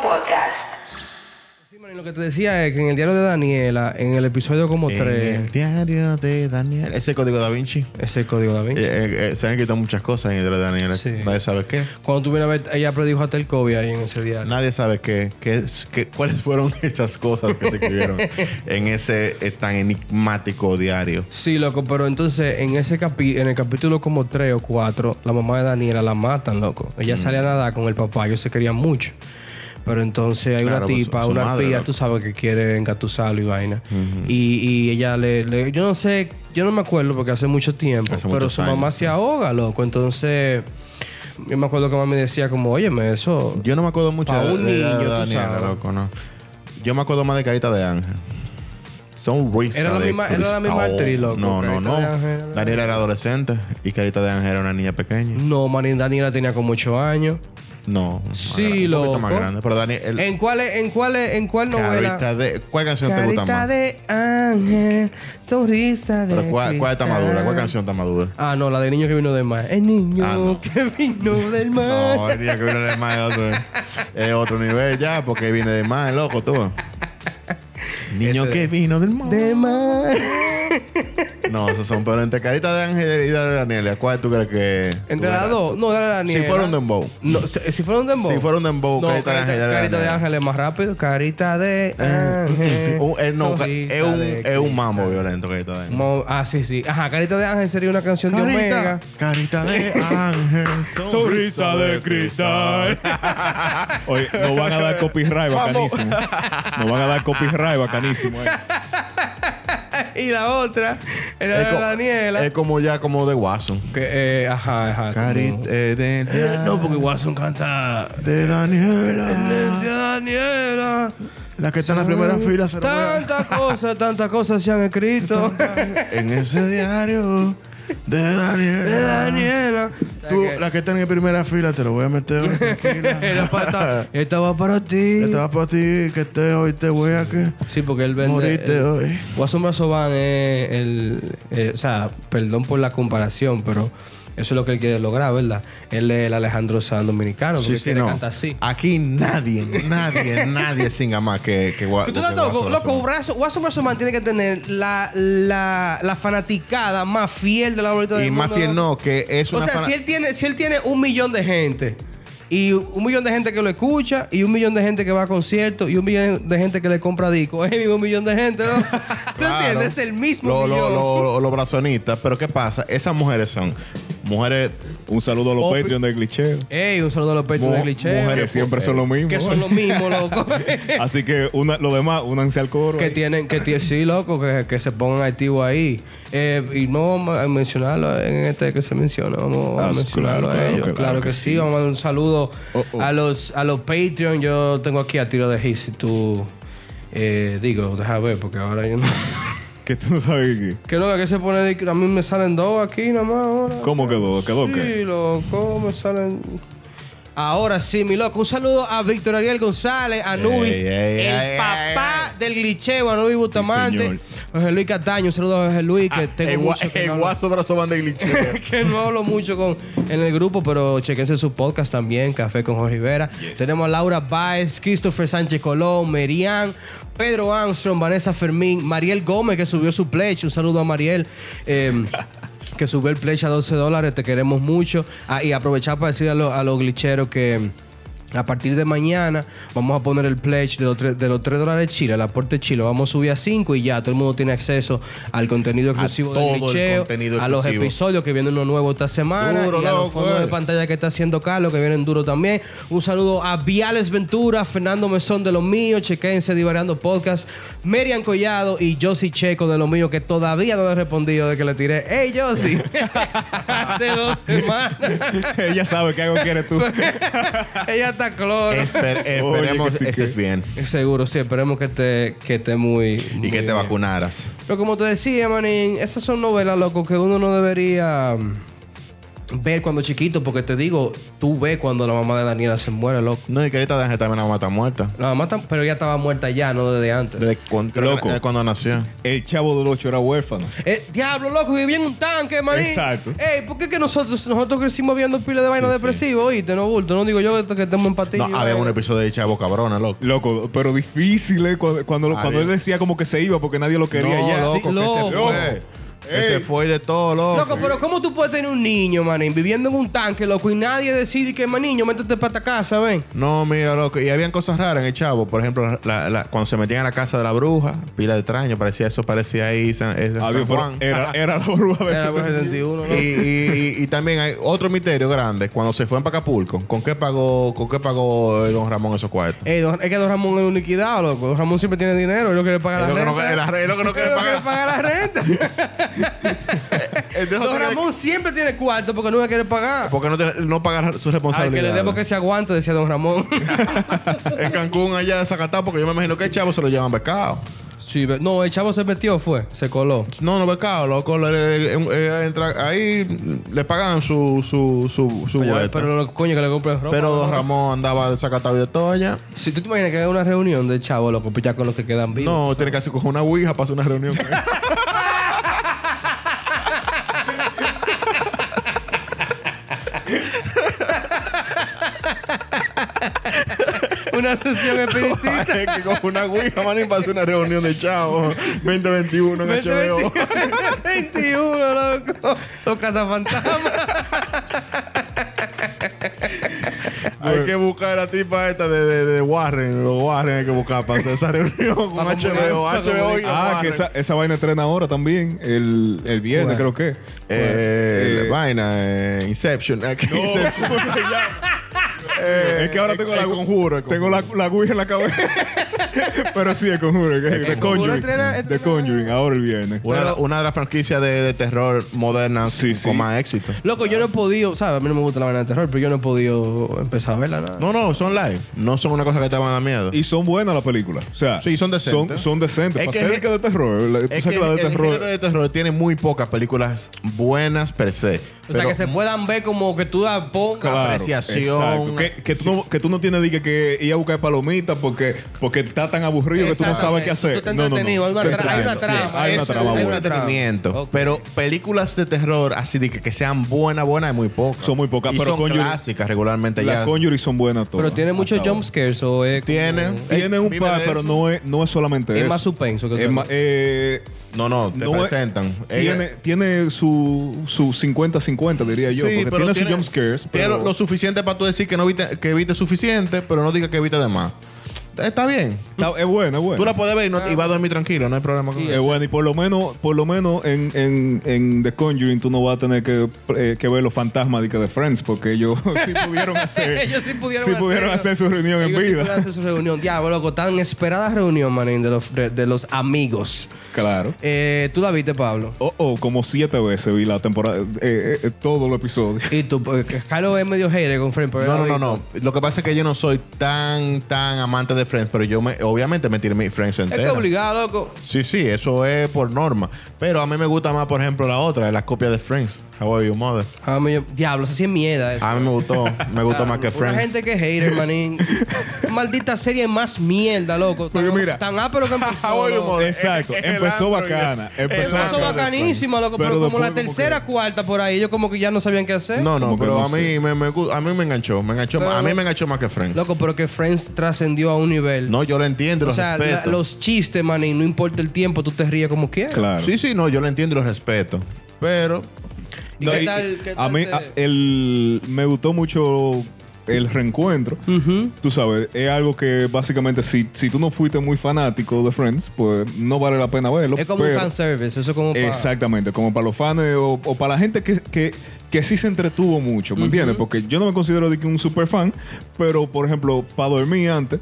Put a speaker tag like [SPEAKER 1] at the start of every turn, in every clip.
[SPEAKER 1] Podcast.
[SPEAKER 2] Sí, Marín, lo que te decía es que en el diario de Daniela, en el episodio como
[SPEAKER 3] En
[SPEAKER 2] 3,
[SPEAKER 3] el diario de Daniel. Ese código da Vinci.
[SPEAKER 2] ese es código de Da Vinci.
[SPEAKER 3] Eh, eh, eh, se han quitado muchas cosas en el diario de Daniel.
[SPEAKER 2] Sí.
[SPEAKER 3] Nadie sabe qué.
[SPEAKER 2] Cuando tú vienes a ver, ella predijo hasta el COVID ahí en ese diario.
[SPEAKER 3] Nadie sabe qué, qué es- qué- cuáles fueron esas cosas que se escribieron en ese eh, tan enigmático diario.
[SPEAKER 2] Sí, loco, pero entonces en ese capi en el capítulo como 3 o 4, la mamá de Daniela la matan, loco. Ella
[SPEAKER 3] Mm.
[SPEAKER 2] sale a nadar con el papá, ellos se querían mucho. Pero entonces hay una
[SPEAKER 3] Claro, con su-
[SPEAKER 2] tipa,
[SPEAKER 3] su
[SPEAKER 2] una
[SPEAKER 3] madre,
[SPEAKER 2] arpía,
[SPEAKER 3] loco.
[SPEAKER 2] tú sabes que quiere engatusarlo y vaina. y, y ella le, le- Yo no sé, yo no me acuerdo porque hace mucho tiempo,
[SPEAKER 3] Hace
[SPEAKER 2] pero
[SPEAKER 3] muchos
[SPEAKER 2] su mamá
[SPEAKER 3] años,
[SPEAKER 2] se ahoga, loco. Entonces, yo me acuerdo que mamá me decía como, óyeme, eso...
[SPEAKER 3] Yo no me acuerdo mucho
[SPEAKER 2] Pa'
[SPEAKER 3] de,
[SPEAKER 2] un
[SPEAKER 3] de- de
[SPEAKER 2] niño, tú
[SPEAKER 3] Daniela,
[SPEAKER 2] sabes.
[SPEAKER 3] loco, no. Yo me acuerdo más de Carita de Ángel. Son Risa
[SPEAKER 2] Era la
[SPEAKER 3] de
[SPEAKER 2] misma- era la misma
[SPEAKER 3] Cristal.
[SPEAKER 2] actriz, loco,
[SPEAKER 3] No, no,
[SPEAKER 2] Carita
[SPEAKER 3] no.
[SPEAKER 2] de Ángel era-
[SPEAKER 3] Daniela era adolescente y Carita de Ángel era una niña pequeña.
[SPEAKER 2] No, manín, Daniela tenía como 8 años.
[SPEAKER 3] No.
[SPEAKER 2] Sí,
[SPEAKER 3] lo Un poquito
[SPEAKER 2] loco.
[SPEAKER 3] más grande. Pero Daniel... el-
[SPEAKER 2] ¿En cuál, es- en cuál, es- en cuál novela?
[SPEAKER 3] Carita de... ¿Cuál canción te gusta más?
[SPEAKER 2] de ángel, sonrisa de
[SPEAKER 3] Pero ¿cuál, cuál está
[SPEAKER 2] cristal.
[SPEAKER 3] madura? ¿Cuál canción está madura?
[SPEAKER 2] Ah, no, la de niño que vino del mar. El niño
[SPEAKER 3] Ah, no.
[SPEAKER 2] que vino del mar.
[SPEAKER 3] No, el día que viene de más es otro, es otro nivel ya, porque viene de más, loco, tú. Niño
[SPEAKER 2] Ese-
[SPEAKER 3] que vino del mar.
[SPEAKER 2] Del mar.
[SPEAKER 3] No, esos son, pero entre Carita de Ángel y de Daniela, ¿cuál tú crees que.
[SPEAKER 2] Entre
[SPEAKER 3] tú
[SPEAKER 2] las
[SPEAKER 3] eras?
[SPEAKER 2] dos. No, dale la
[SPEAKER 3] Si
[SPEAKER 2] niña.
[SPEAKER 3] fuera un dembow.
[SPEAKER 2] No, si si fuera un dembow.
[SPEAKER 3] Si fuera un dembow,
[SPEAKER 2] no,
[SPEAKER 3] Carita de Ángel, dale la
[SPEAKER 2] Carita de
[SPEAKER 3] niña.
[SPEAKER 2] ángel es más rápido. Carita de ángel.
[SPEAKER 3] Un- eh, no, ca-
[SPEAKER 2] sonrisa
[SPEAKER 3] es un,
[SPEAKER 2] Ah, de
[SPEAKER 3] es un mambo
[SPEAKER 2] cristal.
[SPEAKER 3] violento, Carita de Ángel.
[SPEAKER 2] Mo- Ah, sí, sí. Ajá, Carita de ángel sería una canción de Omega.
[SPEAKER 3] Carita, carita de ángel,
[SPEAKER 4] Sonrisa de cristal. Oye, nos van a dar copyright
[SPEAKER 3] Vamos.
[SPEAKER 4] bacanísimo. Nos van a dar copyright bacanísimo. eh.
[SPEAKER 2] Y la otra era
[SPEAKER 3] Es
[SPEAKER 2] de
[SPEAKER 3] co-
[SPEAKER 2] Daniela.
[SPEAKER 3] Es como ya como de Watson.
[SPEAKER 2] Que, eh, ajá, ajá.
[SPEAKER 3] Carita
[SPEAKER 2] como-
[SPEAKER 3] eh, de,
[SPEAKER 2] Eh, No, porque Watson canta.
[SPEAKER 3] de Daniela.
[SPEAKER 2] Daniela.
[SPEAKER 3] La que está en la primera fila se lo voy a-
[SPEAKER 2] Tantas cosas, tantas cosas se han escrito.
[SPEAKER 3] En ese diario de Daniela.
[SPEAKER 2] De Daniela.
[SPEAKER 3] Tú, la que está en primera fila, te lo voy a meter hoy,
[SPEAKER 2] Era
[SPEAKER 3] tranquila.
[SPEAKER 2] para- esta va para ti.
[SPEAKER 3] Esta va para ti, que te hoy te voy a que
[SPEAKER 2] Sí, porque él vende.
[SPEAKER 3] moriste
[SPEAKER 2] el-
[SPEAKER 3] hoy.
[SPEAKER 2] Watson Brazovan es el. eh, o sea, perdón por la comparación, pero eso es lo que él quiere lograr, ¿verdad? Él es el Alejandro Sanz dominicano, porque él quiere cantar así.
[SPEAKER 3] Aquí nadie, nadie, nadie singa más que, que Gua-
[SPEAKER 2] Que tú
[SPEAKER 3] que
[SPEAKER 2] no loco,
[SPEAKER 3] Guasón,
[SPEAKER 2] loco,
[SPEAKER 3] Guasón.
[SPEAKER 2] Brazo- Watson Brazovan tiene que tener la, la, la fanaticada más fiel de la bolita
[SPEAKER 3] Y
[SPEAKER 2] del
[SPEAKER 3] más
[SPEAKER 2] mundo,
[SPEAKER 3] bien
[SPEAKER 2] loco.
[SPEAKER 3] no, que es
[SPEAKER 2] O
[SPEAKER 3] una
[SPEAKER 2] sea,
[SPEAKER 3] fana-
[SPEAKER 2] si él tiene, si él tiene un millón de gente y un millón de gente que lo escucha y un millón de gente que va a conciertos y un millón de gente que le compra disco, es el mismo millón de gente, ¿no? ¿Tú
[SPEAKER 3] Claro.
[SPEAKER 2] entiendes? Es el mismo
[SPEAKER 3] Lo- lo-
[SPEAKER 2] millón.
[SPEAKER 3] lo- lo- Los brazonistas, pero ¿qué pasa? Esas mujeres son mujeres
[SPEAKER 4] Un saludo a los
[SPEAKER 3] Opi-
[SPEAKER 4] Patreon de Glitcheo.
[SPEAKER 2] Ey, un saludo a los pechos
[SPEAKER 3] Mu-
[SPEAKER 2] de cliché.
[SPEAKER 3] mujeres
[SPEAKER 4] Que siempre son lo mismo. eh.
[SPEAKER 2] Que son los mismos, loco.
[SPEAKER 4] Así que una, lo demás, únanse al coro. eh.
[SPEAKER 2] que
[SPEAKER 4] ahí.
[SPEAKER 2] tienen, que tie- sí, loco, que, que se pongan activos ahí. Eh, y no vamos a mencionarlo en este que se menciona, vamos a
[SPEAKER 4] Ah, sí,
[SPEAKER 2] mencionarlo
[SPEAKER 4] claro,
[SPEAKER 2] a
[SPEAKER 4] claro
[SPEAKER 2] ellos. Claro,
[SPEAKER 4] que- claro
[SPEAKER 2] que,
[SPEAKER 4] que
[SPEAKER 2] sí.
[SPEAKER 4] sí.
[SPEAKER 2] vamos a dar un saludo
[SPEAKER 4] Oh, oh.
[SPEAKER 2] a los a los Patreon. Yo tengo aquí a tiro de hit si tú eh, digo, deja ver, porque ahora yo no.
[SPEAKER 4] Que tú no sabes qué.
[SPEAKER 2] ¿Qué loco? ¿Qué se pone? de- A mí me salen dos aquí nomás ahora.
[SPEAKER 4] ¿Cómo quedó? ¿Quedó
[SPEAKER 2] sí,
[SPEAKER 4] qué?
[SPEAKER 2] loco, me salen. Ahora sí, mi loco. Un saludo a Víctor Ariel González, a Nubis,
[SPEAKER 3] ey, ey,
[SPEAKER 2] el
[SPEAKER 3] ey,
[SPEAKER 2] papá
[SPEAKER 3] ey.
[SPEAKER 2] del glitcheo, a Nubis Bustamante,
[SPEAKER 4] señor.
[SPEAKER 2] José Luis Cataño. Un saludo a José Luis, que
[SPEAKER 3] Ah,
[SPEAKER 2] tengo
[SPEAKER 3] el,
[SPEAKER 2] mucho que no hablo-
[SPEAKER 3] guaso brazo banda y glitchero.
[SPEAKER 2] que no hablo mucho con, en el grupo, pero chequense su podcast también, Café con Jorge Rivera. Tenemos a Laura Baez, Christopher Sánchez Colón, Merian, Pedro Armstrong, Vanessa Fermín, Mariel Gómez, que subió su pledge. Un saludo a Mariel. eh, que subió el pledge a 12 dólares, te queremos mucho. Ah, y aprovechar para decir a, los- a los glitcheros que... em, A partir de mañana vamos a poner el pledge de los, tre- de los 3 dólares Chile, el aporte Chile. Vamos a subir a 5 y ya todo el mundo tiene acceso al contenido exclusivo
[SPEAKER 3] todo
[SPEAKER 2] del
[SPEAKER 3] el
[SPEAKER 2] glitcheo,
[SPEAKER 3] contenido
[SPEAKER 2] a los
[SPEAKER 3] exclusivo.
[SPEAKER 2] episodios que vienen uno nuevo esta semana
[SPEAKER 3] Duro,
[SPEAKER 2] y a los
[SPEAKER 3] loco,
[SPEAKER 2] fondos de
[SPEAKER 3] eh.
[SPEAKER 2] pantalla que está haciendo Carlos que vienen duro también. Un saludo a Viales Ventura, Fernando Mesón de los míos, chequense Divariando Podcast, Merian Collado y Josie Checo de los míos que todavía no le he respondido de que le tiré, hey Josie, hace dos semanas.
[SPEAKER 4] Ella sabe qué algo quieres tú.
[SPEAKER 2] Ella está cloro.
[SPEAKER 3] Esper-
[SPEAKER 4] Oye,
[SPEAKER 3] esperemos
[SPEAKER 4] que sí
[SPEAKER 3] estés
[SPEAKER 4] que-
[SPEAKER 3] bien
[SPEAKER 2] Seguro, sí, esperemos que esté que esté muy.
[SPEAKER 3] y
[SPEAKER 2] muy
[SPEAKER 3] que te
[SPEAKER 2] bien.
[SPEAKER 3] vacunaras.
[SPEAKER 2] Pero como te decía, manín, esas son novelas, loco, que uno no debería. mm, ver cuando chiquito, porque te digo, tú ves cuando la mamá de Daniela se muere, loco.
[SPEAKER 3] No, y Carita de Ángel también la mamá está muerta.
[SPEAKER 2] La mamá, tam- pero ella estaba muerta ya, no desde antes.
[SPEAKER 3] Desde cuan- creo
[SPEAKER 4] Loco.
[SPEAKER 3] que era cuando nació.
[SPEAKER 4] El chavo del 8 era huérfano.
[SPEAKER 2] Eh, diablo, loco, vivía en un tanque, maní.
[SPEAKER 4] Exacto.
[SPEAKER 2] Ey, ¿por qué que nosotros, nosotros crecimos viendo pila de vaina depresiva? Oíste, no bulto. No digo yo que estemos en
[SPEAKER 3] No,
[SPEAKER 2] patillas.
[SPEAKER 3] había un episodio de Chavo Cabrona, loco.
[SPEAKER 4] Loco, pero difícil, ¿eh? Cuando, cuando,
[SPEAKER 3] Ah,
[SPEAKER 4] cuando él
[SPEAKER 3] bien.
[SPEAKER 4] decía como que se iba porque nadie lo quería
[SPEAKER 3] no,
[SPEAKER 4] ya.
[SPEAKER 3] loco,
[SPEAKER 2] Sí,
[SPEAKER 3] que
[SPEAKER 2] loco.
[SPEAKER 3] se fue. Que
[SPEAKER 4] Ey.
[SPEAKER 3] se fue de todo, loco.
[SPEAKER 2] Loco, pero ¿cómo tú puedes tener un niño, manín, viviendo en un tanque, loco, y nadie decide que, maniño, métete para esta casa, ven?
[SPEAKER 3] No, mira, loco. Y habían cosas raras en el Chavo. Por ejemplo, la- la- cuando se metían a la casa de la bruja, pila de extraño, parecía eso, parecía ahí San, es en
[SPEAKER 4] Adiós,
[SPEAKER 3] San
[SPEAKER 4] pero
[SPEAKER 3] Juan.
[SPEAKER 4] era, era la burbuja
[SPEAKER 3] Pues,
[SPEAKER 4] de
[SPEAKER 2] Era
[SPEAKER 4] ese-
[SPEAKER 2] por 71,
[SPEAKER 3] Y,
[SPEAKER 2] loco.
[SPEAKER 3] y- y- y también hay otro misterio grande. Cuando se fue a Acapulco, ¿con qué pagó, con qué pagó eh, don Ramón esos cuartos?
[SPEAKER 2] Ey, don- es que Don Ramón es un liquidado, loco. Don Ramón siempre tiene dinero, él no quiere
[SPEAKER 3] Es
[SPEAKER 2] pagar
[SPEAKER 3] lo
[SPEAKER 2] la
[SPEAKER 3] que no
[SPEAKER 2] renta.
[SPEAKER 3] quiere- la re- es lo que no quiere
[SPEAKER 2] Él no
[SPEAKER 3] pagar.
[SPEAKER 2] pagar la renta.
[SPEAKER 3] Entonces,
[SPEAKER 2] Don
[SPEAKER 3] tiene-
[SPEAKER 2] Ramón siempre tiene cuarto porque no quiere pagar.
[SPEAKER 3] Porque no, tiene- no
[SPEAKER 2] Al
[SPEAKER 3] pagar su
[SPEAKER 2] Ah, que le
[SPEAKER 3] responsabilidad.
[SPEAKER 2] demos que se aguante, decía Don Ramón.
[SPEAKER 3] En Cancún, allá de Zacatá, porque yo me imagino que el chavo se lo llevan becado.
[SPEAKER 2] Sí, ve- no, el chavo se metió, fue, se coló.
[SPEAKER 3] No, no becado, loco. Le- le- le- eh, entra- ahí le pagan su, su, su, su
[SPEAKER 2] Pero,
[SPEAKER 3] vuelta.
[SPEAKER 2] pero
[SPEAKER 3] Pero,
[SPEAKER 2] lo- coño, que le compren ropa.
[SPEAKER 3] don Ramón andaba desacatado y de todo allá.
[SPEAKER 2] Si tú te imaginas que hay una reunión de chavo, loco, pues ya con los que quedan vivos.
[SPEAKER 3] No, tiene que hacer coger una ouija para hacer una reunión.
[SPEAKER 2] Una sesión espiritista.
[SPEAKER 3] Hay que coger una ouija, manín, para hacer una reunión de chavo. 2021 en HBO.
[SPEAKER 2] 21, loco. Los cazafantasmas.
[SPEAKER 3] Hay que buscar a la tipa esta de, de, de Warren. Los Warren hay que buscar para hacer esa reunión con
[SPEAKER 2] Para
[SPEAKER 3] HBO.
[SPEAKER 2] comunicar, para
[SPEAKER 3] HBO y los
[SPEAKER 4] Ah, que
[SPEAKER 3] Warren.
[SPEAKER 4] esa, esa vaina entrena ahora también. El, el viernes,
[SPEAKER 2] Bueno.
[SPEAKER 4] creo que.
[SPEAKER 3] Eh,
[SPEAKER 4] Eh,
[SPEAKER 3] vaina, eh, Inception. eh, que Inception. Eh,
[SPEAKER 4] es que ahora
[SPEAKER 3] el-
[SPEAKER 4] tengo
[SPEAKER 3] el
[SPEAKER 4] la
[SPEAKER 3] conjuro. el
[SPEAKER 4] Tengo la,
[SPEAKER 3] conjuro.
[SPEAKER 4] la aguja en la cabeza. Pero sí, el conjuro. que es
[SPEAKER 2] El
[SPEAKER 4] The
[SPEAKER 2] conjuro
[SPEAKER 4] Conjuring.
[SPEAKER 2] entrena-
[SPEAKER 4] The Conjuring, ahora el viernes.
[SPEAKER 3] Una,
[SPEAKER 2] Pero-
[SPEAKER 3] una de las franquicias de, de terror modernas
[SPEAKER 4] Sí, sí.
[SPEAKER 3] con más éxito.
[SPEAKER 2] Loco, yo no he podido, ¿sabes? A mí no me gusta la vaina de terror, pero yo no he podido empezar a verla nada.
[SPEAKER 3] No, no, son live. No son una cosa que te van a dar miedo.
[SPEAKER 4] Y son buenas las películas. O sea,
[SPEAKER 3] Sí, son decentes.
[SPEAKER 4] Son, son decentes.
[SPEAKER 3] Es
[SPEAKER 4] Para
[SPEAKER 3] que-
[SPEAKER 4] ser que de terror. la- Tú
[SPEAKER 3] es
[SPEAKER 4] sabes que la de
[SPEAKER 3] el
[SPEAKER 4] terror.
[SPEAKER 3] género de terror tiene muy pocas películas buenas per se.
[SPEAKER 2] O sea, que se puedan ver como que tú la pongas.
[SPEAKER 3] Claro. apreciación.
[SPEAKER 4] exacto. Que, que tú no, que tú no tienes que, que ir a buscar palomitas porque, porque está tan aburrido que tú no sabes qué hacer.
[SPEAKER 2] Tú estás
[SPEAKER 4] No, no, no.
[SPEAKER 2] entretenido, hay una tra-
[SPEAKER 4] Exacto.
[SPEAKER 2] hay una
[SPEAKER 4] Sí,
[SPEAKER 2] trama.
[SPEAKER 4] hay una
[SPEAKER 2] Eso,
[SPEAKER 4] trama
[SPEAKER 2] hay
[SPEAKER 4] buena.
[SPEAKER 2] una trama.
[SPEAKER 3] entretenimiento.
[SPEAKER 2] Ok.
[SPEAKER 3] Pero películas de terror así de que, que sean buenas, buenas, hay muy pocas.
[SPEAKER 4] Son muy pocas,
[SPEAKER 3] Y
[SPEAKER 4] pero
[SPEAKER 3] son
[SPEAKER 4] Conjuring-
[SPEAKER 3] clásicas regularmente
[SPEAKER 4] Las
[SPEAKER 3] ya.
[SPEAKER 4] Conjuring son buenas todas.
[SPEAKER 2] Pero tiene muchos
[SPEAKER 4] Hasta ahora.
[SPEAKER 2] jumpscares o es. como-
[SPEAKER 3] Tienen.
[SPEAKER 4] eh, Tienen un
[SPEAKER 3] Vive
[SPEAKER 4] par,
[SPEAKER 3] de
[SPEAKER 4] pero
[SPEAKER 3] eso.
[SPEAKER 4] no es, no es solamente
[SPEAKER 2] Es
[SPEAKER 4] eso.
[SPEAKER 2] más suspenso que
[SPEAKER 4] Es
[SPEAKER 2] otra
[SPEAKER 4] ma-
[SPEAKER 2] cosa.
[SPEAKER 4] eh,
[SPEAKER 3] No, no, te
[SPEAKER 4] no es-
[SPEAKER 3] presentan. Ella-
[SPEAKER 4] Tiene, tiene su su 50-50, diría yo. porque tiene, sus jump scares.
[SPEAKER 3] tiene
[SPEAKER 4] pero-
[SPEAKER 3] lo, lo suficiente para tú decir que no viste, que viste suficiente, pero no digas que viste de más. Está bien.
[SPEAKER 4] Está- es bueno, es bueno.
[SPEAKER 3] Tú la puedes ver y, no, y vas a dormir tranquilo, no hay problema con
[SPEAKER 4] Es
[SPEAKER 3] eso.
[SPEAKER 4] bueno, y por lo menos, por lo menos en, en, en The Conjuring tú no vas a tener que, eh, que ver los fantasmas de, que de Friends, porque ellos sí pudieron hacer,
[SPEAKER 2] Ellos sí pudieron
[SPEAKER 4] sí pudieron
[SPEAKER 2] hacerlo.
[SPEAKER 4] hacer su reunión en
[SPEAKER 2] Ellos sí
[SPEAKER 4] vida.
[SPEAKER 2] pueden hacer su reunión. Diablo, loco, tan esperada reunión, manín, de los, de de los amigos.
[SPEAKER 4] Claro.
[SPEAKER 2] Eh, tú la viste, Pablo.
[SPEAKER 4] Oh, oh, como siete veces vi la temporada, eh, eh, todo el episodio.
[SPEAKER 2] Y tú, porque Carlos es medio hater con Friends, pero
[SPEAKER 3] No, no,
[SPEAKER 2] él la
[SPEAKER 3] no, no. Lo que pasa es que yo no soy tan, tan amante de Friends, pero yo me, obviamente me tiré mi Friends
[SPEAKER 2] viste. Es
[SPEAKER 3] entera.
[SPEAKER 2] que obligado, loco.
[SPEAKER 3] Sí, sí, eso es por norma. Pero a mí me gusta más, por ejemplo, la otra, la copia de Friends. How are you, mother?
[SPEAKER 2] Ah, me- Diablo, eso sí es mierda. eso.
[SPEAKER 3] A mí me gustó, me gustó más que
[SPEAKER 2] Ah, Una
[SPEAKER 3] Friends.
[SPEAKER 2] gente que es hater, manín. Maldita serie más mierda, loco. Tan,
[SPEAKER 4] Porque mira-
[SPEAKER 2] tan ápero que
[SPEAKER 3] How
[SPEAKER 2] empezó.
[SPEAKER 3] are you,
[SPEAKER 2] loco.
[SPEAKER 3] mother?
[SPEAKER 4] Exacto,
[SPEAKER 3] Es- es el
[SPEAKER 4] empezó
[SPEAKER 3] antro y-
[SPEAKER 4] bacana,
[SPEAKER 3] el
[SPEAKER 4] empezó
[SPEAKER 2] Empezó
[SPEAKER 3] antro.
[SPEAKER 2] bacanísimo, loco. Pero,
[SPEAKER 4] Pero
[SPEAKER 2] como la
[SPEAKER 4] después como
[SPEAKER 2] tercera, cuarta, por ahí, ellos como que ya no sabían qué hacer.
[SPEAKER 3] No, no,
[SPEAKER 4] Como que
[SPEAKER 3] pero
[SPEAKER 4] no
[SPEAKER 3] a mí
[SPEAKER 4] sé.
[SPEAKER 3] me, me gu- a mí me enganchó, me enganchó,
[SPEAKER 2] Pero-
[SPEAKER 3] a mí me enganchó más que Friends.
[SPEAKER 2] Loco, pero que Friends trascendió a un nivel.
[SPEAKER 3] No, yo lo entiendo y
[SPEAKER 2] o
[SPEAKER 3] lo
[SPEAKER 2] sea, la-
[SPEAKER 3] respeto.
[SPEAKER 2] los chistes, manín, no importa el tiempo, tú te ríes como quieras.
[SPEAKER 4] Claro.
[SPEAKER 3] Sí, sí, no, yo lo entiendo y lo respeto. Pero
[SPEAKER 2] ¿Y
[SPEAKER 4] No,
[SPEAKER 2] qué
[SPEAKER 4] y- eh,
[SPEAKER 2] tal? qué
[SPEAKER 4] a
[SPEAKER 2] tal
[SPEAKER 4] mí ah,
[SPEAKER 2] te-
[SPEAKER 4] a- el, me gustó mucho el reencuentro.
[SPEAKER 2] Ujú.
[SPEAKER 4] Tú sabes, es algo que básicamente si, si tú no fuiste muy fanático de Friends, pues no vale la pena verlo.
[SPEAKER 2] Es como un
[SPEAKER 4] pero-
[SPEAKER 2] fanservice, eso es como para-
[SPEAKER 4] Exactamente, como para los fans o, o para la gente que, que, que sí se entretuvo mucho, ¿me entiendes? Porque yo no me considero de que un super fan, pero por ejemplo, para dormir antes,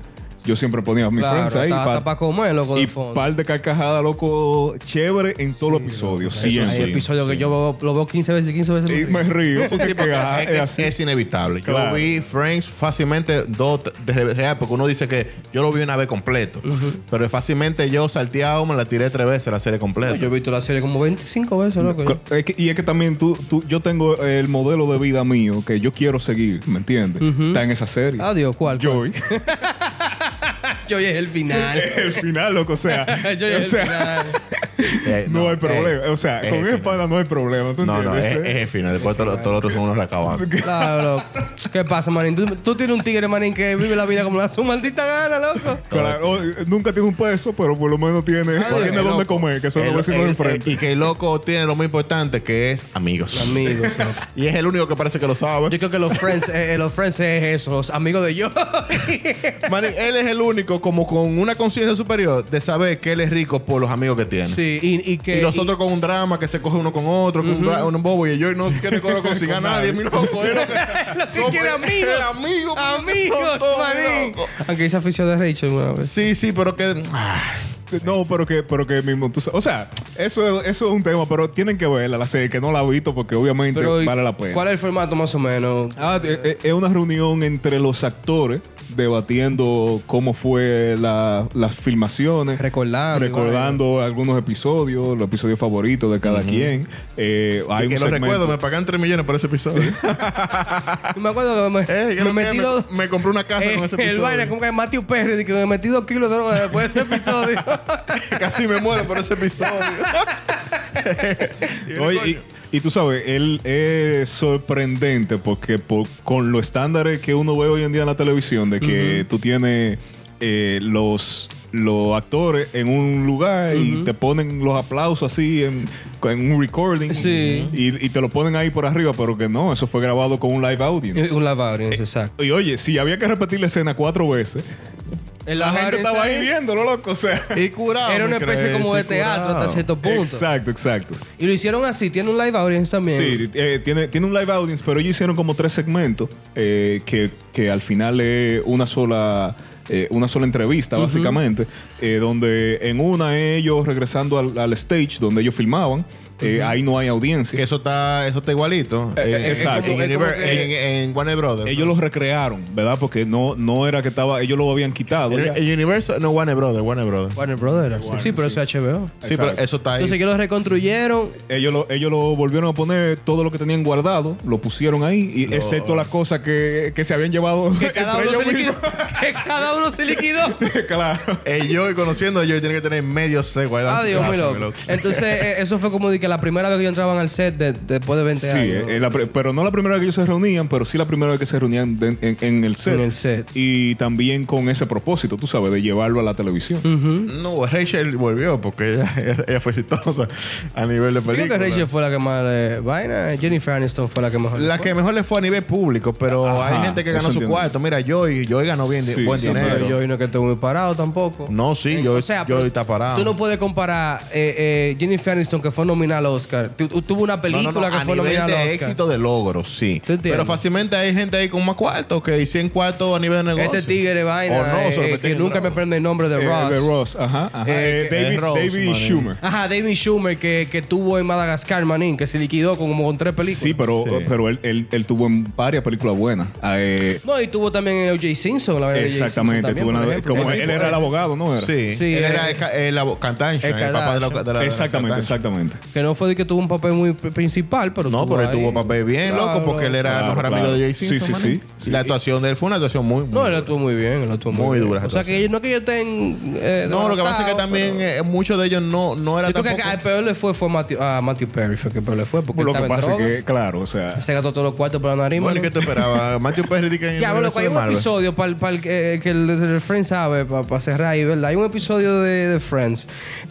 [SPEAKER 4] yo siempre ponía a mis
[SPEAKER 2] Claro,
[SPEAKER 4] friends ahí.
[SPEAKER 2] está-
[SPEAKER 4] pa-
[SPEAKER 2] está pa' comer, loco, de
[SPEAKER 4] Y
[SPEAKER 2] fondo.
[SPEAKER 4] par de carcajadas, loco, chévere en todos los episodios.
[SPEAKER 2] Hay
[SPEAKER 4] Siempre.
[SPEAKER 2] episodios que yo veo- lo veo 15 veces y 15 veces.
[SPEAKER 4] Y
[SPEAKER 2] me
[SPEAKER 4] me
[SPEAKER 2] río.
[SPEAKER 4] río porque,
[SPEAKER 3] Sí, porque
[SPEAKER 4] ajá,
[SPEAKER 3] es, que
[SPEAKER 4] es así.
[SPEAKER 3] es inevitable. Yo
[SPEAKER 4] Claro.
[SPEAKER 3] vi Friends fácilmente dos t- de real, porque uno dice que yo lo vi una vez completo. Pero fácilmente yo salteado me la tiré tres veces la serie completa.
[SPEAKER 2] Yo he visto la serie como 25 veces, loco.
[SPEAKER 4] Co- es que- y es que también tú, tú- yo tengo el modelo de vida mío que yo quiero seguir, ¿me entiendes? Está en esa serie.
[SPEAKER 2] Adiós, ¿cuál?
[SPEAKER 4] Joy.
[SPEAKER 2] Yo es el final.
[SPEAKER 4] el final, loco, o sea.
[SPEAKER 2] Yo es
[SPEAKER 4] o
[SPEAKER 2] el
[SPEAKER 4] sea,
[SPEAKER 2] final.
[SPEAKER 3] Eh,
[SPEAKER 4] no, hay
[SPEAKER 3] eh,
[SPEAKER 4] problema. o sea,
[SPEAKER 3] es
[SPEAKER 4] con
[SPEAKER 3] el
[SPEAKER 4] ese
[SPEAKER 3] final.
[SPEAKER 4] pana no hay problema. ¿Tú
[SPEAKER 3] No, no, eh, es,
[SPEAKER 4] entiendes?
[SPEAKER 3] es el final. Después todos los todos los otros son unos recabados.
[SPEAKER 2] Claro, loco. ¿Qué pasa, manín? ¿Tú, tú tienes un tigre, manín, que vive la vida como la su maldita gana, loco.
[SPEAKER 3] eh,
[SPEAKER 4] Claro, o- eh, nunca tiene un peso, pero por lo menos tiene,
[SPEAKER 2] Adiós.
[SPEAKER 4] tiene
[SPEAKER 3] El
[SPEAKER 4] dónde
[SPEAKER 3] loco-
[SPEAKER 4] comer, que son
[SPEAKER 3] el-
[SPEAKER 4] los vecinos
[SPEAKER 3] el-
[SPEAKER 4] de enfrente.
[SPEAKER 3] eh, Y que el loco tiene lo más importante que es amigos.
[SPEAKER 2] Amigos, loco.
[SPEAKER 3] Y es el único que parece que lo
[SPEAKER 2] Yo
[SPEAKER 3] sabe.
[SPEAKER 2] creo que los friends, eh, eh, los friends es eso, los amigos de yo.
[SPEAKER 3] Man, él es el único como con una conciencia superior de saber que él es rico por los amigos que tiene.
[SPEAKER 2] sí, y, y que.
[SPEAKER 3] Y los otros con un drama que se coge uno con otro, con un, dra- un bobo, y yo y no quiere que lo consiga nadie, mi loco. Él
[SPEAKER 2] Lo que quiere amigos.
[SPEAKER 3] El amigo.
[SPEAKER 2] Amigos, manín. Aunque hice afición de Rachel una vez.
[SPEAKER 3] Sí, sí, pero que. ah,
[SPEAKER 4] No, pero que, pero que mismo tú sa- O sea, eso, es- eso es un tema, pero tienen que verla, la serie, que no la he visto porque obviamente
[SPEAKER 2] Pero, ¿y
[SPEAKER 4] vale la pena.
[SPEAKER 2] ¿Cuál es el formato más o menos?
[SPEAKER 4] Ah, eh, eh, es una reunión entre los actores debatiendo cómo fue la- las filmaciones.
[SPEAKER 2] Recordando,
[SPEAKER 4] Recordando algunos episodios, los episodios favoritos de cada quien. Eh, hay
[SPEAKER 3] y que
[SPEAKER 4] un
[SPEAKER 3] lo
[SPEAKER 4] segmento-
[SPEAKER 3] recuerdo, me pagan 3 millones por ese episodio.
[SPEAKER 2] Y me acuerdo que me,
[SPEAKER 3] Eh,
[SPEAKER 2] me
[SPEAKER 3] creo que
[SPEAKER 2] metí dos.
[SPEAKER 3] me, me compré una casa
[SPEAKER 2] eh,
[SPEAKER 3] con ese
[SPEAKER 2] el
[SPEAKER 3] episodio.
[SPEAKER 2] vaina, como que Matthew Perry, de que me metí dos kilos de droga después de ese episodio.
[SPEAKER 3] Casi me muero por ese episodio.
[SPEAKER 4] No, y- y, y tú sabes, él es sorprendente porque por- con los estándares que uno ve hoy en día en la televisión, de que tú tienes eh, los, los actores en un lugar y te ponen los aplausos así en, en un recording
[SPEAKER 2] Sí.
[SPEAKER 4] y, y te lo ponen ahí por arriba, pero que no, eso fue grabado con un live audience.
[SPEAKER 2] Un lavado, exacto.
[SPEAKER 4] Y oye, si había que repetir la escena cuatro veces,
[SPEAKER 2] El
[SPEAKER 4] la
[SPEAKER 2] live
[SPEAKER 4] gente
[SPEAKER 2] audience
[SPEAKER 4] estaba ahí
[SPEAKER 2] ahí
[SPEAKER 4] viéndolo, loco. O sea,
[SPEAKER 3] y curado.
[SPEAKER 2] Era una
[SPEAKER 3] me
[SPEAKER 2] especie
[SPEAKER 3] crees,
[SPEAKER 2] como de
[SPEAKER 3] y
[SPEAKER 2] teatro
[SPEAKER 3] curado.
[SPEAKER 2] hasta cierto punto.
[SPEAKER 4] exacto, exacto.
[SPEAKER 2] Y lo hicieron así, tiene un live audience también.
[SPEAKER 4] Sí, eh, tiene, tiene un live audience, pero ellos hicieron como tres segmentos eh, que, que al final es una sola. eh, una sola entrevista, básicamente, eh, donde en una ellos regresando al, al stage donde ellos filmaban, eh, ahí no hay audiencia.
[SPEAKER 3] Que eso está, eso está igualito. En-
[SPEAKER 4] exacto.
[SPEAKER 3] En,
[SPEAKER 2] Eh, Es como
[SPEAKER 3] Univer-
[SPEAKER 2] que-
[SPEAKER 3] en- en Warner Brothers.
[SPEAKER 4] Ellos los recrearon, ¿verdad? Porque no, no era que estaba, ellos lo habían quitado. ya.
[SPEAKER 3] En- en Universal, no Warner Brothers, Warner Brothers.
[SPEAKER 2] Warner Brothers. sí. sí, pero eso es HBO.
[SPEAKER 3] Sí,
[SPEAKER 4] Exacto.
[SPEAKER 3] pero eso está ahí.
[SPEAKER 2] Entonces que lo reconstruyeron.
[SPEAKER 4] Ellos lo, ellos lo volvieron a poner todo lo que tenían guardado, lo pusieron ahí, y excepto las cosas que, que se habían llevado.
[SPEAKER 2] Que cada,
[SPEAKER 4] entre
[SPEAKER 2] uno se
[SPEAKER 4] ellos
[SPEAKER 2] liquidó, que cada uno se liquidó.
[SPEAKER 4] mismos. claro.
[SPEAKER 3] Eh, yo, y conociendo a yo, tiene que tener medio C, guardado.
[SPEAKER 2] Adiós, muy
[SPEAKER 3] Ah,
[SPEAKER 2] loco.
[SPEAKER 3] mi
[SPEAKER 2] Entonces, eh, eso fue como de que la primera vez que yo entraba al set de- después de 20
[SPEAKER 4] Sí,
[SPEAKER 2] años.
[SPEAKER 4] eh, la pre- pero no la primera vez que ellos se reunían, pero sí la primera vez que se reunían de- en, en el set.
[SPEAKER 2] En el set.
[SPEAKER 4] Y también con ese propósito, tú sabes, de llevarlo a la televisión.
[SPEAKER 2] Mm,
[SPEAKER 3] No, Rachel volvió porque ella, ella- ella fue exitosa a nivel de
[SPEAKER 2] Creo
[SPEAKER 3] película.
[SPEAKER 2] que Rachel fue la que más le- vaina. Jennifer Aniston fue la que mejor.
[SPEAKER 3] la que mejor le fue a nivel público, pero
[SPEAKER 4] Ajá,
[SPEAKER 3] hay gente que ganó
[SPEAKER 4] eso
[SPEAKER 3] su
[SPEAKER 4] entiendo.
[SPEAKER 3] cuarto. Mira, Joy, Joy ganó bien,
[SPEAKER 4] Sí,
[SPEAKER 3] buen
[SPEAKER 4] sí,
[SPEAKER 2] No,
[SPEAKER 3] dinero.
[SPEAKER 2] pero yo no que estoy muy parado tampoco.
[SPEAKER 3] no, sí, yo,
[SPEAKER 2] Eh, O sea,
[SPEAKER 3] Joy
[SPEAKER 2] pero
[SPEAKER 3] está parado.
[SPEAKER 2] Tú no puedes comparar eh, eh, Jennifer Aniston, que fue nominada al Oscar. Tu- tuvo una
[SPEAKER 3] No,
[SPEAKER 2] película
[SPEAKER 3] no, no,
[SPEAKER 2] que
[SPEAKER 3] a
[SPEAKER 2] fue
[SPEAKER 3] nivel
[SPEAKER 2] nominada al Oscar.
[SPEAKER 3] de éxito de logros, sí.
[SPEAKER 2] ¿Tú entiendes?
[SPEAKER 3] Pero fácilmente hay gente ahí con más cuartos que y 100 cuartos a nivel de negocio.
[SPEAKER 2] Este tigre vaina.
[SPEAKER 3] O Oh, no,
[SPEAKER 2] eh,
[SPEAKER 3] se lo
[SPEAKER 2] eh,
[SPEAKER 3] metí
[SPEAKER 2] que
[SPEAKER 3] en
[SPEAKER 2] nunca
[SPEAKER 3] bravo.
[SPEAKER 2] me prende el nombre de
[SPEAKER 4] Eh,
[SPEAKER 2] Ross.
[SPEAKER 4] de Ross, ajá. ajá.
[SPEAKER 2] Eh,
[SPEAKER 4] Eh,
[SPEAKER 3] que-
[SPEAKER 4] David,
[SPEAKER 3] de Ross,
[SPEAKER 4] David
[SPEAKER 3] madre.
[SPEAKER 4] Schumer.
[SPEAKER 2] Ajá, David Schumer que, que tuvo en Madagascar, manín, que se liquidó como con tres películas.
[SPEAKER 4] Sí, pero,
[SPEAKER 3] Sí.
[SPEAKER 4] pero él, él- él tuvo en varias películas buenas. Ah, eh,
[SPEAKER 2] No, y tuvo también el O.J. Simpson, la verdad. de O.J. Simpson
[SPEAKER 4] exactamente.
[SPEAKER 2] también,
[SPEAKER 4] tuvo
[SPEAKER 2] por
[SPEAKER 4] una-
[SPEAKER 2] ejemplo.
[SPEAKER 4] como
[SPEAKER 2] El
[SPEAKER 4] él,
[SPEAKER 2] mismo-
[SPEAKER 4] era el abogado, ¿no era?
[SPEAKER 3] Sí,
[SPEAKER 2] Sí,
[SPEAKER 3] él
[SPEAKER 2] eh,
[SPEAKER 3] era el, ca- el abo- Cantancio,
[SPEAKER 2] el
[SPEAKER 3] el papá de la,
[SPEAKER 2] Kardashian.
[SPEAKER 3] de la- de la
[SPEAKER 4] Exactamente,
[SPEAKER 3] Kardashian.
[SPEAKER 4] exactamente.
[SPEAKER 2] Que no fue de que tuvo un papel muy pr- principal, pero
[SPEAKER 3] No, pero él
[SPEAKER 2] ahí.
[SPEAKER 3] tuvo papel bien, loco,
[SPEAKER 2] Claro.
[SPEAKER 3] porque él era
[SPEAKER 4] Claro,
[SPEAKER 3] mejor amigo
[SPEAKER 4] claro.
[SPEAKER 3] de Jay
[SPEAKER 4] Sí,
[SPEAKER 3] Simpson.
[SPEAKER 4] sí,
[SPEAKER 3] manín.
[SPEAKER 4] sí,
[SPEAKER 3] Y
[SPEAKER 4] sí.
[SPEAKER 3] la actuación de él fue una actuación muy, muy
[SPEAKER 2] No, él
[SPEAKER 3] buena.
[SPEAKER 2] actuó muy bien, él actuó muy,
[SPEAKER 3] Muy
[SPEAKER 2] bien.
[SPEAKER 3] dura esa
[SPEAKER 2] O sea, que yo- no que yo estén... eh,
[SPEAKER 3] No, lo que pasa es que
[SPEAKER 2] desbaratado,
[SPEAKER 3] también
[SPEAKER 2] pero-
[SPEAKER 3] eh, muchos de ellos no, no era
[SPEAKER 2] Yo creo que
[SPEAKER 3] tampoco...
[SPEAKER 2] al peor le fue fue a Matthew, a Matthew Perry, fue que peor le fue, porque
[SPEAKER 4] Lo
[SPEAKER 2] él
[SPEAKER 4] que
[SPEAKER 2] estaba en
[SPEAKER 4] pasa es
[SPEAKER 2] droga.
[SPEAKER 4] que, claro, o sea.
[SPEAKER 2] Se gastó todos los cuartos por la nariz,
[SPEAKER 3] Bueno, ¿y
[SPEAKER 2] mano.
[SPEAKER 3] qué te esperaba? Matthew Perry dice que...
[SPEAKER 2] Ya, bueno, loco, hay un episodio para el que, que el, el Friends sabe, para cerrar ahí, ¿verdad? Hay un episodio de, de Friends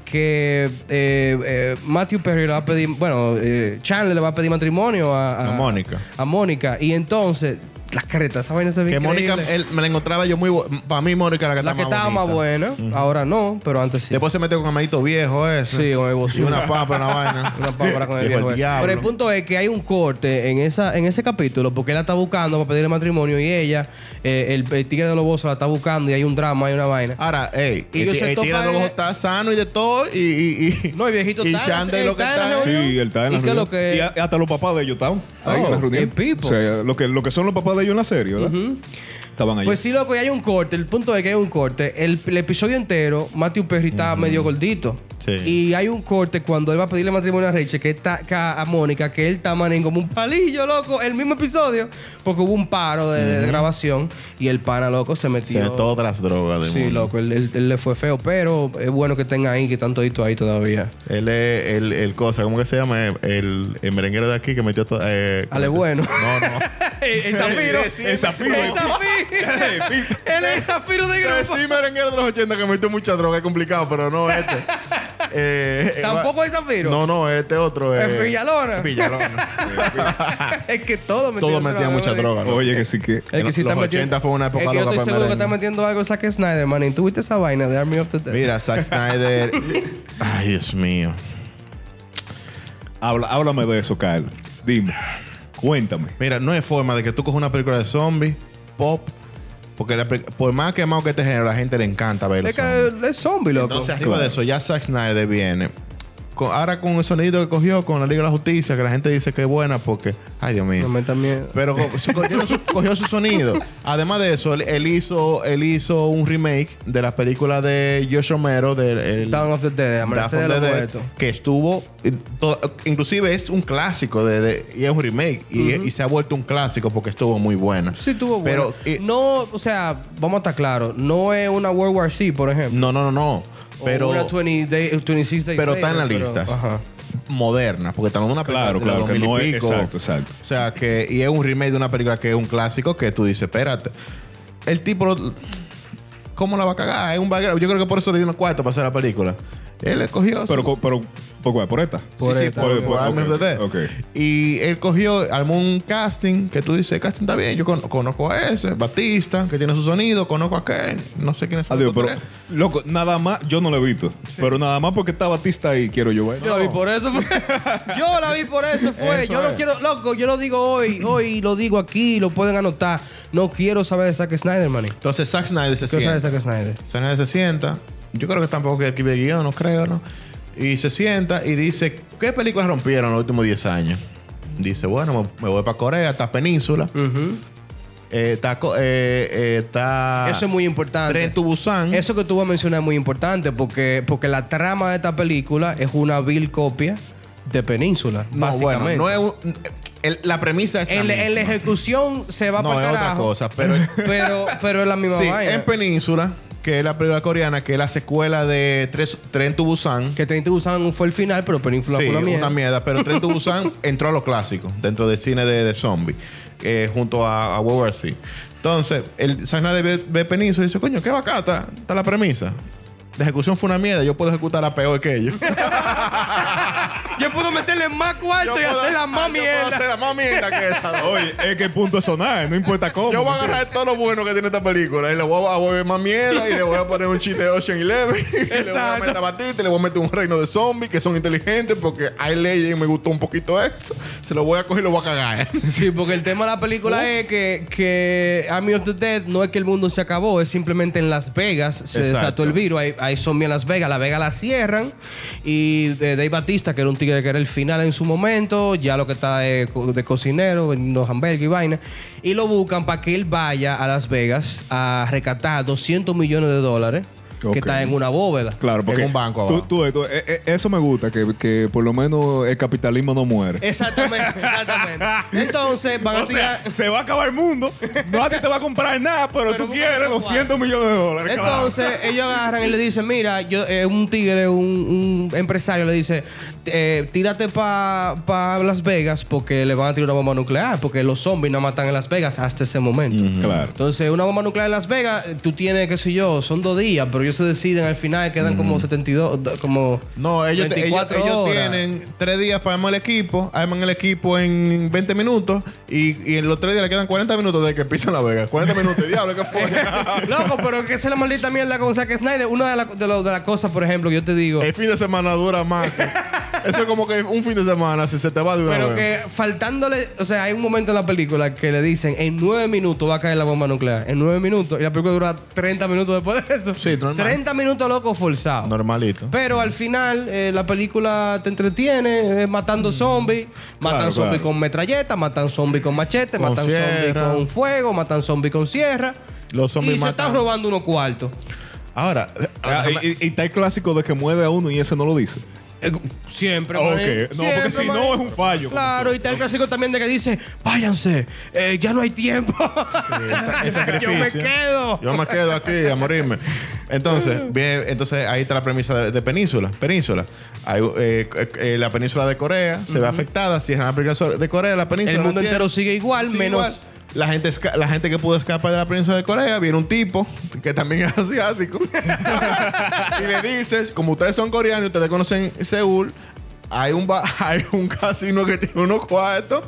[SPEAKER 2] que eh, eh, Matthew Perry le va a pedir, bueno, eh, Chandler le va a pedir matrimonio a,
[SPEAKER 3] A Mónica.
[SPEAKER 2] A Mónica. Y entonces las caretas, esa vaina se ve
[SPEAKER 3] Que
[SPEAKER 2] increíble.
[SPEAKER 3] Mónica, él- me la encontraba yo muy... Para mí Mónica era la que
[SPEAKER 2] la
[SPEAKER 3] estaba
[SPEAKER 2] que estaba más
[SPEAKER 3] bonita.
[SPEAKER 2] buena, ahora no, pero antes sí.
[SPEAKER 3] Después se metió con Amarito Viejo ese.
[SPEAKER 2] Sí, con el
[SPEAKER 3] Y
[SPEAKER 2] bozú.
[SPEAKER 3] una papa, una vaina.
[SPEAKER 2] Una pálvora con el
[SPEAKER 3] Dijo,
[SPEAKER 2] viejo
[SPEAKER 3] "El
[SPEAKER 2] ese". Pero el
[SPEAKER 3] diablo.
[SPEAKER 2] punto es que hay un corte en esa en ese capítulo porque él la está buscando para pedirle matrimonio y ella, eh, el, el tigre de los bozos, la está buscando y hay un drama, hay una vaina.
[SPEAKER 3] Ahora, ey,
[SPEAKER 2] Y
[SPEAKER 3] el,
[SPEAKER 2] ellos se
[SPEAKER 3] el tigre
[SPEAKER 2] topan-
[SPEAKER 3] de los ojos está sano y de todo. Y, y, y-
[SPEAKER 2] No, el viejito
[SPEAKER 3] y
[SPEAKER 2] está-
[SPEAKER 3] Shande
[SPEAKER 2] él
[SPEAKER 3] lo que
[SPEAKER 2] está en la
[SPEAKER 3] está.
[SPEAKER 2] reunión.
[SPEAKER 4] Sí, él está en la
[SPEAKER 2] ¿Y qué es lo
[SPEAKER 4] reunión.
[SPEAKER 2] que-
[SPEAKER 4] Y a- hasta los papás de ellos estaban ahí
[SPEAKER 3] Oh,
[SPEAKER 4] en la reunión.
[SPEAKER 2] qué pipo.
[SPEAKER 4] O sea, lo que, lo que son los papás de ellos en la serie, ¿verdad? Estaban ahí.
[SPEAKER 2] Pues sí, loco, y hay un corte. El punto es que hay un corte. El, el episodio entero, Matthew Perry está medio gordito.
[SPEAKER 3] Sí.
[SPEAKER 2] Y hay un corte cuando él va a pedirle matrimonio a Rachel, que está que a a Mónica, que él está manín como un palillo, loco. El mismo episodio, porque hubo un paro de, de grabación y el pana, loco, se
[SPEAKER 3] Sí,
[SPEAKER 2] metió.
[SPEAKER 3] de todas las drogas del
[SPEAKER 2] Sí,
[SPEAKER 3] mundo.
[SPEAKER 2] loco, él, él- él le fue feo, pero es bueno que tenga ahí, que están toditos ahí todavía.
[SPEAKER 3] Él es el, el cosa, ¿cómo que se llama? El, el merenguero de aquí que metió todo. Eh,
[SPEAKER 2] Ale bueno.
[SPEAKER 3] No, no.
[SPEAKER 2] el
[SPEAKER 4] Zafiro. El Zafiro. El
[SPEAKER 2] Zafiro. Él es Zafiro de
[SPEAKER 3] sí, merenguero de los 80 que metió mucha droga, es complicado, pero no este. Eh,
[SPEAKER 2] Tampoco es Zafiro.
[SPEAKER 3] No, no, este otro.
[SPEAKER 2] Es Villalona.
[SPEAKER 3] Villalona.
[SPEAKER 2] Es que todo metía
[SPEAKER 3] Todo metía mucha droga. ¿no?
[SPEAKER 4] Oye, que sí que.
[SPEAKER 2] El que sí
[SPEAKER 3] Los
[SPEAKER 2] está
[SPEAKER 3] 80
[SPEAKER 2] metiendo-
[SPEAKER 3] fue una época
[SPEAKER 2] es que yo
[SPEAKER 3] loca
[SPEAKER 2] estoy
[SPEAKER 3] para
[SPEAKER 2] seguro que
[SPEAKER 3] merengue.
[SPEAKER 2] está metiendo algo Zack Snyder, man. Y tuviste esa vaina de Army of the Dead.
[SPEAKER 3] Mira, Zack Snyder. Ay, Dios mío.
[SPEAKER 4] Habla, háblame de eso, Kyle. Dime. Cuéntame.
[SPEAKER 3] Mira, no hay forma de que tú cojas una película de zombies, pop, porque la pe- por más quemado que este género, la gente le encanta verlo.
[SPEAKER 2] es que es zombie, loco.
[SPEAKER 3] Entonces, arriba
[SPEAKER 4] Claro.
[SPEAKER 3] de eso, ya Zack Snyder viene. Con- ahora con el sonidito que cogió con la Liga de la Justicia, que la gente dice que es buena porque. Ay, Dios mío.
[SPEAKER 2] no metan miedo.
[SPEAKER 3] Pero co- su- cogió, su, cogió su sonido. Además de eso, él, él hizo, él hizo un remake de la película de Josh Romero, de el-
[SPEAKER 2] Dawn of the Dead, Amanecer de
[SPEAKER 3] Dawn
[SPEAKER 2] los
[SPEAKER 3] of the Dead,
[SPEAKER 2] Muertos.
[SPEAKER 3] que estuvo eh, to- inclusive es un clásico de, de- y es un remake y, y se ha vuelto un clásico porque estuvo muy buena
[SPEAKER 2] Sí, tuvo bueno.
[SPEAKER 3] pero eh,
[SPEAKER 2] no, o sea, vamos a estar claros. No es una World War C, por ejemplo.
[SPEAKER 3] no no no no
[SPEAKER 2] O
[SPEAKER 3] pero
[SPEAKER 2] una 20 day, 26 days
[SPEAKER 3] pero está
[SPEAKER 2] later,
[SPEAKER 3] en las
[SPEAKER 2] pero-
[SPEAKER 3] listas.
[SPEAKER 2] Ajá.
[SPEAKER 3] moderna porque estamos en una película
[SPEAKER 4] Claro,
[SPEAKER 3] de los
[SPEAKER 4] claro, que
[SPEAKER 3] 2000 y
[SPEAKER 4] no es.
[SPEAKER 3] pico.
[SPEAKER 4] Exacto, exacto.
[SPEAKER 3] o sea que y es un remake de una película que es un clásico que tú dices espérate el tipo lo- cómo la va a cagar es un vaguero yo creo que por eso le dieron cuarto para hacer la película él le cogió
[SPEAKER 4] Pero,
[SPEAKER 3] su-
[SPEAKER 4] co- pero ¿por cuál? ¿Por esta?
[SPEAKER 2] Por
[SPEAKER 3] sí, sí,
[SPEAKER 2] esta,
[SPEAKER 3] por,
[SPEAKER 2] ok.
[SPEAKER 3] por Army of the Dead.
[SPEAKER 4] Ok.
[SPEAKER 3] Y él cogió, armó un casting que tú dices, el casting está bien, yo con- conozco a ese, Batista, que tiene su sonido, conozco a aquel, no sé quién es.
[SPEAKER 4] Adiós, Ah, pero. Loco, nada más, yo no lo he visto. Pero nada más porque está Batista ahí, quiero yo ver.
[SPEAKER 2] Yo la vi por eso fue. Yo la vi por eso fue.
[SPEAKER 3] Eso
[SPEAKER 2] yo no
[SPEAKER 3] es.
[SPEAKER 2] quiero, loco, yo lo digo hoy, hoy lo digo aquí, lo pueden anotar. No quiero saber de Zack Snyder, maní.
[SPEAKER 3] Entonces Zack Snyder se
[SPEAKER 2] Quiero saber de
[SPEAKER 3] sienta.
[SPEAKER 2] Zack Snyder.
[SPEAKER 3] Zack Snyder se sienta, yo creo que tampoco que escribe guión, no creo, ¿no? Y se sienta y dice, ¿qué películas rompieron los últimos 10 años? Dice, bueno, me, me voy para Corea, está Península, eh, está... co- eh, eh, está
[SPEAKER 2] Eso es muy importante.
[SPEAKER 3] Tren to Busan.
[SPEAKER 2] Eso que tú vas a mencionar es muy importante porque, porque la trama de esta película es una vil copia de Península,
[SPEAKER 3] No,
[SPEAKER 2] básicamente.
[SPEAKER 3] bueno, no es un- el- la premisa es la
[SPEAKER 2] en, la- en la
[SPEAKER 3] misma.
[SPEAKER 2] ejecución se va
[SPEAKER 3] no
[SPEAKER 2] para
[SPEAKER 3] es
[SPEAKER 2] carajo.
[SPEAKER 3] otra cosa, pero sí,
[SPEAKER 2] Pero, pero es la misma vaina.
[SPEAKER 3] en Península, que es la película coreana, que es la secuela de Tres, Tren to Busan.
[SPEAKER 2] que Tren to Busan fue el final, pero Península
[SPEAKER 3] sí,
[SPEAKER 2] fue una mierda.
[SPEAKER 3] una mierda, pero Tren to Busan entró a lo clásico dentro del cine de, de zombie eh, junto a, a World War Z. Entonces, el Zack Snyder ve, ve Península y dice, coño, qué bacata está la premisa. La ejecución fue una mierda, yo puedo ejecutarla peor que ellos.
[SPEAKER 2] Yo puedo meterle más cuarto y
[SPEAKER 3] puedo-
[SPEAKER 2] hacer la más
[SPEAKER 3] yo puedo
[SPEAKER 2] mierda.
[SPEAKER 3] hacer la más mierda que esa.
[SPEAKER 4] Oye, es que el punto es sonar, no importa cómo.
[SPEAKER 3] Yo voy a agarrar todo lo bueno que tiene esta película y le voy a volver más mierda y le voy a poner un chiste de Ocean Eleven. y Le voy a
[SPEAKER 2] Exacto.
[SPEAKER 3] meter a Batista y le voy a meter un reino de zombies que son inteligentes porque hay leyes y me gustó un poquito esto. Se lo voy a coger y lo voy a cagar.
[SPEAKER 2] Sí, porque el tema de la película
[SPEAKER 3] Uh.
[SPEAKER 2] es que, que Army of the Dead no es que el mundo se acabó, es simplemente en Las Vegas se
[SPEAKER 3] Exacto.
[SPEAKER 2] desató el virus. Hay, hay zombies en Las Vegas, Las Vegas la cierran. Y eh, Dave Batista, que era un tigre que era el final en su momento, ya lo que está de, co- de cocinero, vendiendo hamburguesas y vaina. Y lo buscan para que él vaya a Las Vegas a rescatar 200 millones de dólares
[SPEAKER 4] Ok.
[SPEAKER 2] que está en una bóveda.
[SPEAKER 4] Claro, porque.
[SPEAKER 3] En un banco
[SPEAKER 4] tú-
[SPEAKER 3] abajo.
[SPEAKER 4] tú- tú- eh, eh, eso me gusta, que, que por lo menos el capitalismo no muere.
[SPEAKER 2] Exactamente, exactamente. Entonces van a
[SPEAKER 4] O
[SPEAKER 2] tirar.
[SPEAKER 4] sea, se va a acabar el mundo. No a ti te va a comprar nada, pero,
[SPEAKER 2] Pero
[SPEAKER 4] tú
[SPEAKER 2] vamos a
[SPEAKER 4] quieres
[SPEAKER 2] jugar.
[SPEAKER 4] 200 millones de dólares. claro.
[SPEAKER 2] Entonces, ellos agarran y le dicen, mira, yo, eh, un tigre, un, un empresario le dice, eh, tírate para Las Vegas porque le van a tirar una bomba nuclear, porque los zombies no matan en Las Vegas hasta ese momento.
[SPEAKER 4] Claro.
[SPEAKER 2] Entonces, una bomba nuclear en Las Vegas, eh, tú tienes, qué sé yo, son dos días, pero yo ellos se deciden al final, quedan como 72, do- como
[SPEAKER 3] No, ellos, te- ellos,
[SPEAKER 2] 24
[SPEAKER 3] ellos
[SPEAKER 2] horas.
[SPEAKER 3] tienen tres días para armar el equipo, arman el equipo en 20 minutos y, y en los tres días le quedan 40 minutos de que pisan la vega. 40 minutos, diablo, ¿qué fue?
[SPEAKER 2] Loco, pero que esa es la maldita mierda con Zack Snyder. Una de, la- de, lo- de las cosas, por ejemplo, que yo te digo.
[SPEAKER 3] el fin de semana dura más. que- Eso es como que un fin de semana, si se te va de una
[SPEAKER 2] Pero
[SPEAKER 3] vez.
[SPEAKER 2] que faltándole, o sea, hay un momento en la película que le dicen en nueve minutos va a caer la bomba nuclear. En nueve minutos. Y la película dura 30 minutos después de eso.
[SPEAKER 3] Sí, normal.
[SPEAKER 2] 30 minutos loco forzado.
[SPEAKER 3] Normalito.
[SPEAKER 2] Pero al final, eh, la película te entretiene eh, matando zombies. Matan
[SPEAKER 4] Mm. Claro,
[SPEAKER 2] zombies
[SPEAKER 4] claro.
[SPEAKER 2] con metralleta, matan zombies con machete,
[SPEAKER 3] Con
[SPEAKER 2] matan
[SPEAKER 3] sierra.
[SPEAKER 2] zombies con fuego, matan zombies con sierra.
[SPEAKER 3] Los zombies
[SPEAKER 2] y se
[SPEAKER 3] matan-
[SPEAKER 2] están robando unos cuartos.
[SPEAKER 3] Ahora,
[SPEAKER 4] Ah, y, y- y está el clásico de que mueve a uno y ese no lo dice.
[SPEAKER 2] Eh, Siempre,
[SPEAKER 4] Ah,
[SPEAKER 2] mané.
[SPEAKER 4] ok. No, porque si
[SPEAKER 2] mané.
[SPEAKER 4] no es un fallo.
[SPEAKER 2] Claro, y está el clásico también de que dice, váyanse, eh, ya no hay tiempo.
[SPEAKER 3] el sacrificio.
[SPEAKER 2] Yo me quedo.
[SPEAKER 3] Yo me quedo aquí a morirme. Entonces, bien, entonces ahí está la premisa de, de Península. Península. Hay, eh, eh, la península de Corea se ve afectada. Si es la península de Corea, la península.
[SPEAKER 2] El mundo
[SPEAKER 3] la
[SPEAKER 2] entero
[SPEAKER 3] cierran.
[SPEAKER 2] sigue igual,
[SPEAKER 3] Sí,
[SPEAKER 2] menos...
[SPEAKER 3] igual. La gente, esca- la gente que pudo escapar de la península de Corea, viene un tipo que también es asiático. y le dices, como ustedes son coreanos, ustedes conocen Seúl, hay un, ba- hay un casino que tiene unos cuartos,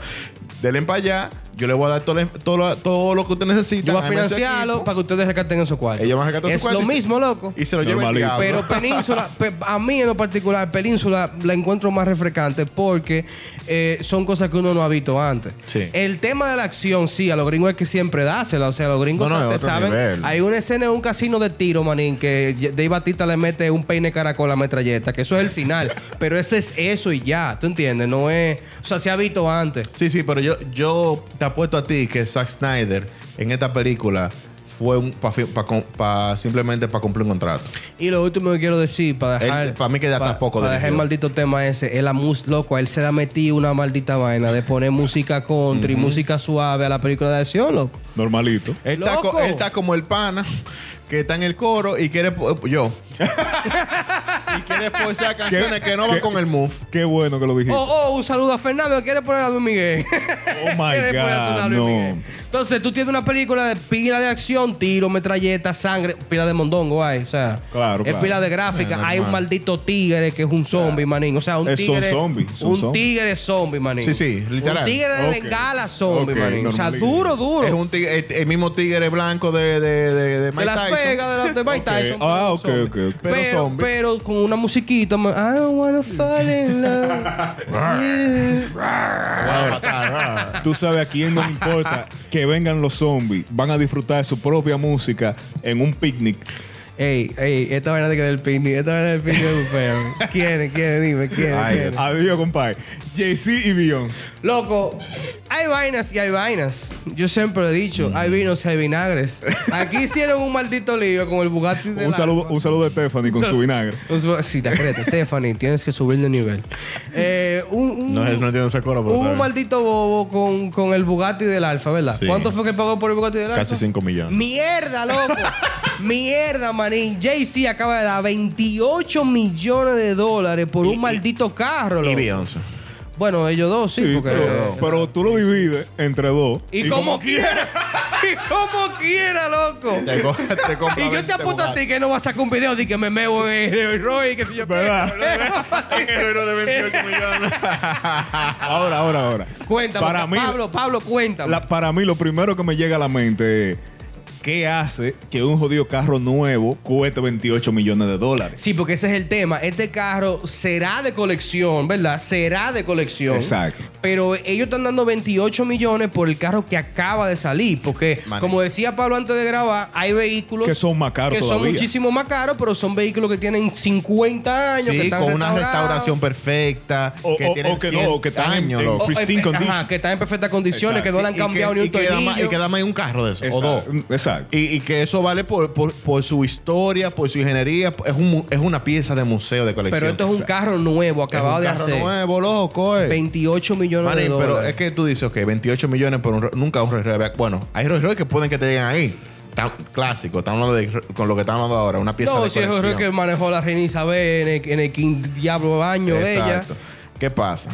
[SPEAKER 3] denle para allá, yo le voy a dar todo, le- todo, lo- todo lo que usted necesita.
[SPEAKER 2] Yo voy a financiarlo para que ustedes rescaten esos cuartos.
[SPEAKER 3] Ellos van a rescatar
[SPEAKER 2] es
[SPEAKER 3] su cuarto
[SPEAKER 2] lo
[SPEAKER 3] y se-
[SPEAKER 2] mismo, loco.
[SPEAKER 3] Y se lo lleva el
[SPEAKER 4] Normalito.
[SPEAKER 3] diablo.
[SPEAKER 2] Pero Península, pe- a mí en lo particular, Península la encuentro más refrescante porque eh, son cosas que uno no ha visto antes.
[SPEAKER 3] Sí.
[SPEAKER 2] El tema de la acción, sí, a los gringos es que siempre dásela. O sea, los gringos
[SPEAKER 3] No, no,
[SPEAKER 2] antes
[SPEAKER 3] es otro
[SPEAKER 2] saben.
[SPEAKER 3] nivel.
[SPEAKER 2] Hay una escena en un casino de tiro, manín, que Ye- Dave Batista le mete un peine caracol a la metralleta, que eso es el final. pero ese es eso y ya, ¿tú entiendes? No es. O sea, se ha visto antes.
[SPEAKER 3] Sí, sí, pero yo, yo te apuesto a ti que Zack Snyder en esta película fue un, pa- fi- pa- con- pa- simplemente para cumplir un contrato.
[SPEAKER 2] Y lo último que quiero decir, para
[SPEAKER 3] Él,
[SPEAKER 2] dejar.
[SPEAKER 3] pa' mí queda
[SPEAKER 2] pa-
[SPEAKER 3] tampoco
[SPEAKER 2] Para
[SPEAKER 3] de
[SPEAKER 2] dejar el
[SPEAKER 3] miedo.
[SPEAKER 2] maldito tema ese. Él a mus, loco, a él se le ha metido una maldita vaina de poner música country, música suave a la película de acción, loco.
[SPEAKER 4] Normalito.
[SPEAKER 3] Él está,
[SPEAKER 2] ¡Loco!
[SPEAKER 3] co- él está como el pana que está en el coro y quiere. po- eh, Yo. y quiere forzar canciones que no van
[SPEAKER 4] qué-
[SPEAKER 3] con el move.
[SPEAKER 4] Qué bueno que lo dijiste.
[SPEAKER 2] Oh, oh, un saludo a Fernando. ¿Quiere poner a Luis Miguel?
[SPEAKER 4] Oh my
[SPEAKER 2] ¿Quiere poner a sonar
[SPEAKER 4] God,
[SPEAKER 2] Luis
[SPEAKER 4] no.
[SPEAKER 2] Miguel? Entonces, tú tienes una película de pila de acción, tiro, metralleta, sangre, pila de mondongo hay. O sea,
[SPEAKER 4] Claro,
[SPEAKER 2] es
[SPEAKER 4] claro.
[SPEAKER 2] pila de gráfica.
[SPEAKER 3] Bueno,
[SPEAKER 2] hay un
[SPEAKER 3] normal.
[SPEAKER 2] maldito tigre que es un zombie, manín. O sea, un
[SPEAKER 4] Eh, son
[SPEAKER 2] tigre.
[SPEAKER 4] zombies, son
[SPEAKER 2] un
[SPEAKER 4] zombies.
[SPEAKER 2] tigre zombie, manín.
[SPEAKER 3] Sí, sí, literal.
[SPEAKER 2] Un tigre de
[SPEAKER 4] Ok.
[SPEAKER 2] bengala zombie,
[SPEAKER 4] Ok,
[SPEAKER 2] manín. O sea,
[SPEAKER 4] normalito.
[SPEAKER 2] duro, duro.
[SPEAKER 3] Es un tigre- el, el mismo tigre blanco de, de, de, de Mike
[SPEAKER 2] de Las
[SPEAKER 3] Tyson.
[SPEAKER 2] Vegas, de, la, de Mike
[SPEAKER 4] Ok.
[SPEAKER 2] Tyson.
[SPEAKER 4] Ah, ok,
[SPEAKER 2] zombie.
[SPEAKER 4] ok, ok.
[SPEAKER 3] Pero
[SPEAKER 2] Pero,
[SPEAKER 3] zombie.
[SPEAKER 2] pero con una musiquita. ma- I don't wanna fall in love. Yeah.
[SPEAKER 4] Tú sabes a quién no le importa que vengan los zombies. Van a disfrutar de su propia música en un picnic.
[SPEAKER 2] Ey, ey, esta vaina de que del picnic, esta vaina del picnic es un feo. ¿Quién, quién, dime, quién,
[SPEAKER 3] Ay,
[SPEAKER 2] quién?
[SPEAKER 3] Dios.
[SPEAKER 4] Adiós, compadre. Jay-Z y Beyoncé.
[SPEAKER 2] Loco, hay vainas y hay vainas. Yo siempre lo he dicho,
[SPEAKER 3] Mm.
[SPEAKER 2] hay vinos y hay vinagres. Aquí hicieron un maldito lío con el Bugatti de
[SPEAKER 4] Un saludo, un saludo de Stephanie con su vinagre.
[SPEAKER 2] Sí, la creta, Stephanie, tienes que subir de nivel. Eh, un, un-
[SPEAKER 3] No, es- no entiendo ese coro,
[SPEAKER 2] Hubo
[SPEAKER 3] pero está
[SPEAKER 2] un
[SPEAKER 3] bien.
[SPEAKER 2] maldito bobo con, con el Bugatti del Alfa, ¿verdad?
[SPEAKER 3] Sí.
[SPEAKER 2] ¿Cuánto fue que pagó por el Bugatti del Alfa?
[SPEAKER 3] Casi 5 millones.
[SPEAKER 2] Mierda, loco. Mierda, manín. Jay-Z acaba de dar 28 millones de dólares por un maldito carro,
[SPEAKER 3] Y
[SPEAKER 2] loco.
[SPEAKER 3] Beyoncé.
[SPEAKER 2] bueno, ellos dos sí,
[SPEAKER 4] Sí,
[SPEAKER 2] porque. eh,
[SPEAKER 4] pero, pero tú lo divides entre dos.
[SPEAKER 2] y, como quiera. y como quiera, loco.
[SPEAKER 3] Te co- te
[SPEAKER 2] Y
[SPEAKER 3] compra
[SPEAKER 2] yo te
[SPEAKER 3] 20
[SPEAKER 2] apuesto a ti que no vas a sacar un video de que me meo en el Roy, que si yo. qué.
[SPEAKER 4] ¿Verdad?
[SPEAKER 3] Bugatti. En el euro de 28 millones.
[SPEAKER 4] Ahora, ahora, ahora.
[SPEAKER 2] Cuéntame,
[SPEAKER 4] Para mí,
[SPEAKER 2] Pablo, Pablo, cuéntame.
[SPEAKER 4] La- para mí, lo primero que me llega a la mente es: ¿qué hace que un jodido carro nuevo cueste 28 millones de dólares?
[SPEAKER 2] Sí, porque ese es el tema. Este carro será de colección, ¿verdad? Será de colección.
[SPEAKER 4] Exacto.
[SPEAKER 2] Pero ellos están dando 28 millones por el carro que acaba de salir. Porque,
[SPEAKER 3] Maní.
[SPEAKER 2] como decía Pablo antes de grabar, hay vehículos
[SPEAKER 4] Que son más caros
[SPEAKER 2] Que son
[SPEAKER 4] todavía.
[SPEAKER 2] muchísimo más caros, pero son vehículos que tienen 50 años. que
[SPEAKER 3] Sí,
[SPEAKER 2] están
[SPEAKER 3] con una
[SPEAKER 2] restaurados.
[SPEAKER 3] restauración perfecta.
[SPEAKER 4] O-
[SPEAKER 3] que
[SPEAKER 4] o-
[SPEAKER 3] tienen
[SPEAKER 4] o que no,
[SPEAKER 3] 100
[SPEAKER 4] que están en-
[SPEAKER 3] años,
[SPEAKER 4] en
[SPEAKER 3] loco.
[SPEAKER 2] O-
[SPEAKER 4] Pristine
[SPEAKER 2] eh,
[SPEAKER 4] condition.
[SPEAKER 2] ajá, que están en perfectas condiciones, que
[SPEAKER 4] Exacto.
[SPEAKER 2] no le han
[SPEAKER 3] Sí, y
[SPEAKER 2] cambiado
[SPEAKER 3] que-
[SPEAKER 2] ni
[SPEAKER 3] y
[SPEAKER 2] un
[SPEAKER 3] que nada
[SPEAKER 2] tornillo.
[SPEAKER 3] más- Y que nada más hay un carro de eso, o dos.
[SPEAKER 4] Exacto. Exacto.
[SPEAKER 3] Y, y que eso vale por, por, por su historia, por su ingeniería. Es, un, mu- es una pieza de museo de colección.
[SPEAKER 2] Pero esto es un carro nuevo, acabado
[SPEAKER 3] Es
[SPEAKER 2] de
[SPEAKER 3] un carro
[SPEAKER 2] hacer.
[SPEAKER 3] nuevo, loco. eh.
[SPEAKER 2] 28 millones
[SPEAKER 3] Manín,
[SPEAKER 2] de dólares.
[SPEAKER 3] pero es que tú dices, ok, 28 millones por un, Ro- nunca un Rolls Royce. Bueno, hay Rolls Royce que pueden que te lleguen ahí. Tan clásico. Estamos hablando de Ro- con lo que estamos hablando ahora. Una pieza
[SPEAKER 2] No,
[SPEAKER 3] de
[SPEAKER 2] si es
[SPEAKER 3] colección.
[SPEAKER 2] Jorge que manejó la reina Isabel en el, en el quinto diablo año de ella.
[SPEAKER 3] Exacto. ¿Qué pasa?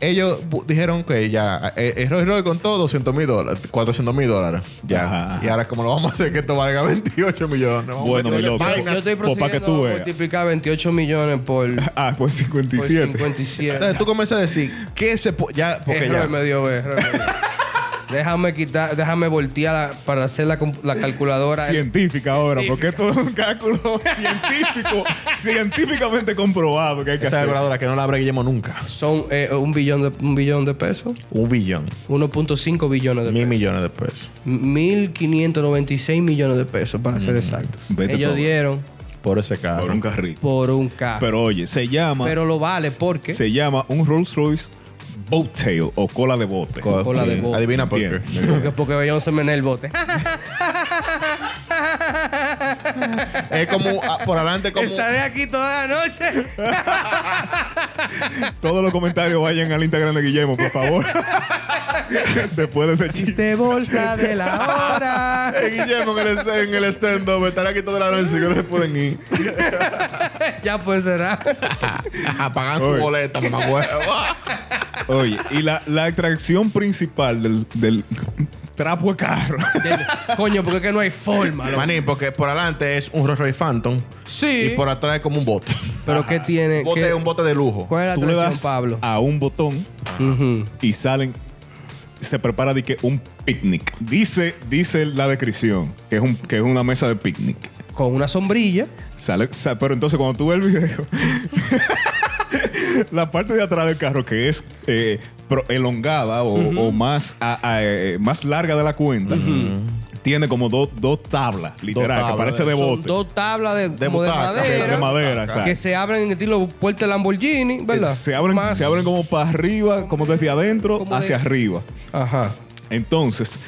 [SPEAKER 3] ellos bu- dijeron que ya, eh, eh, Roy Roy contó 200 mil dólares, 400 mil dólares. Ya.
[SPEAKER 4] Ajá, ajá.
[SPEAKER 3] Y ahora, como lo vamos a hacer que esto valga 28 millones, vamos a
[SPEAKER 4] Bueno, mi
[SPEAKER 3] meterle
[SPEAKER 4] loco.
[SPEAKER 3] vaina.
[SPEAKER 2] Yo estoy
[SPEAKER 4] Pues, pa' que
[SPEAKER 2] procediendo
[SPEAKER 4] tú
[SPEAKER 2] a
[SPEAKER 4] veas.
[SPEAKER 2] multiplicar 28 millones por, por
[SPEAKER 4] Ah, pues 57.
[SPEAKER 2] 57.
[SPEAKER 3] Entonces tú comienzas a decir, ¿qué se puede? Ya, porque
[SPEAKER 2] Error
[SPEAKER 3] ya.
[SPEAKER 2] me dio, error me dio. Déjame quitar, déjame voltear la- para hacer la, comp- la calculadora.
[SPEAKER 4] Científica ahora, porque esto es un cálculo científico, científicamente comprobado que hay que
[SPEAKER 3] Esa
[SPEAKER 4] hacer.
[SPEAKER 3] calculadora que no la abre Guillermo nunca.
[SPEAKER 2] Son eh, un billón de un billón de pesos,
[SPEAKER 3] Un billón.
[SPEAKER 2] 1.5 billones de
[SPEAKER 3] Mil
[SPEAKER 2] pesos.
[SPEAKER 3] millones de pesos.
[SPEAKER 2] 1.596 millones de pesos, para ser exactos.
[SPEAKER 4] Mm. vete
[SPEAKER 2] Ellos
[SPEAKER 4] todo.
[SPEAKER 2] dieron
[SPEAKER 3] Por ese carro.
[SPEAKER 4] Por un carrito.
[SPEAKER 2] por un carro. Pero,
[SPEAKER 4] Pero oye, se llama,
[SPEAKER 2] lo vale porque
[SPEAKER 4] se llama un Rolls Royce Boat Tail o cola de bote.
[SPEAKER 3] Co-
[SPEAKER 2] Cola de
[SPEAKER 3] sí.
[SPEAKER 2] boca.
[SPEAKER 3] Adivina por qué.
[SPEAKER 4] Bien.
[SPEAKER 2] porque, porque Bellón se menea el bote.
[SPEAKER 3] Es como ah, por adelante como
[SPEAKER 2] Estaré aquí toda la noche.
[SPEAKER 4] Todos los comentarios vayan al Instagram de Guillermo, por favor. Después de ese chiste.
[SPEAKER 2] De bolsa de la hora.
[SPEAKER 3] Eh, Guillermo en el, en el stand-up estará aquí toda la noche que no se pueden ir.
[SPEAKER 2] ya pues será.
[SPEAKER 3] Pagan su
[SPEAKER 4] Oye.
[SPEAKER 3] boleta, mamá huevo.
[SPEAKER 4] Oye, y la, la atracción principal del, del trapo de carro.
[SPEAKER 2] Coño, porque es que no hay forma. loco.
[SPEAKER 3] Manín, porque por adelante es un Rolls Royce Phantom
[SPEAKER 2] Sí.
[SPEAKER 3] y por atrás es como un bote.
[SPEAKER 2] Pero ¿qué tiene?
[SPEAKER 3] Un bote,
[SPEAKER 2] ¿Qué-
[SPEAKER 3] un bote de lujo.
[SPEAKER 2] ¿Cuál es la
[SPEAKER 4] Tú le
[SPEAKER 2] atracción,
[SPEAKER 4] das
[SPEAKER 2] Pablo?
[SPEAKER 4] a un botón
[SPEAKER 2] Ujú.
[SPEAKER 4] y salen. Se prepara de que un picnic. Dice, dice la descripción que es, un, que es una mesa de picnic.
[SPEAKER 2] Con una sombrilla.
[SPEAKER 4] Sale, sa- pero entonces cuando tú ves el video, la parte de atrás del carro que es eh, pro- elongada o, o más, a- a- eh, más larga de la cuenta, tiene como dos dos tablas, literal,
[SPEAKER 3] tablas.
[SPEAKER 4] que parece de
[SPEAKER 3] Son
[SPEAKER 2] Son
[SPEAKER 4] bote.
[SPEAKER 2] dos tablas de,
[SPEAKER 3] De
[SPEAKER 2] como de
[SPEAKER 3] butaca.
[SPEAKER 4] de-
[SPEAKER 2] madera.
[SPEAKER 4] de madera,
[SPEAKER 3] Que
[SPEAKER 2] que
[SPEAKER 4] exacto.
[SPEAKER 2] se abren en estilo puerta de Lamborghini, ¿verdad?
[SPEAKER 4] Se abren,
[SPEAKER 2] Más-
[SPEAKER 4] se abren como para arriba, como desde adentro
[SPEAKER 2] Como de-
[SPEAKER 4] hacia arriba.
[SPEAKER 2] Ajá.
[SPEAKER 4] Entonces,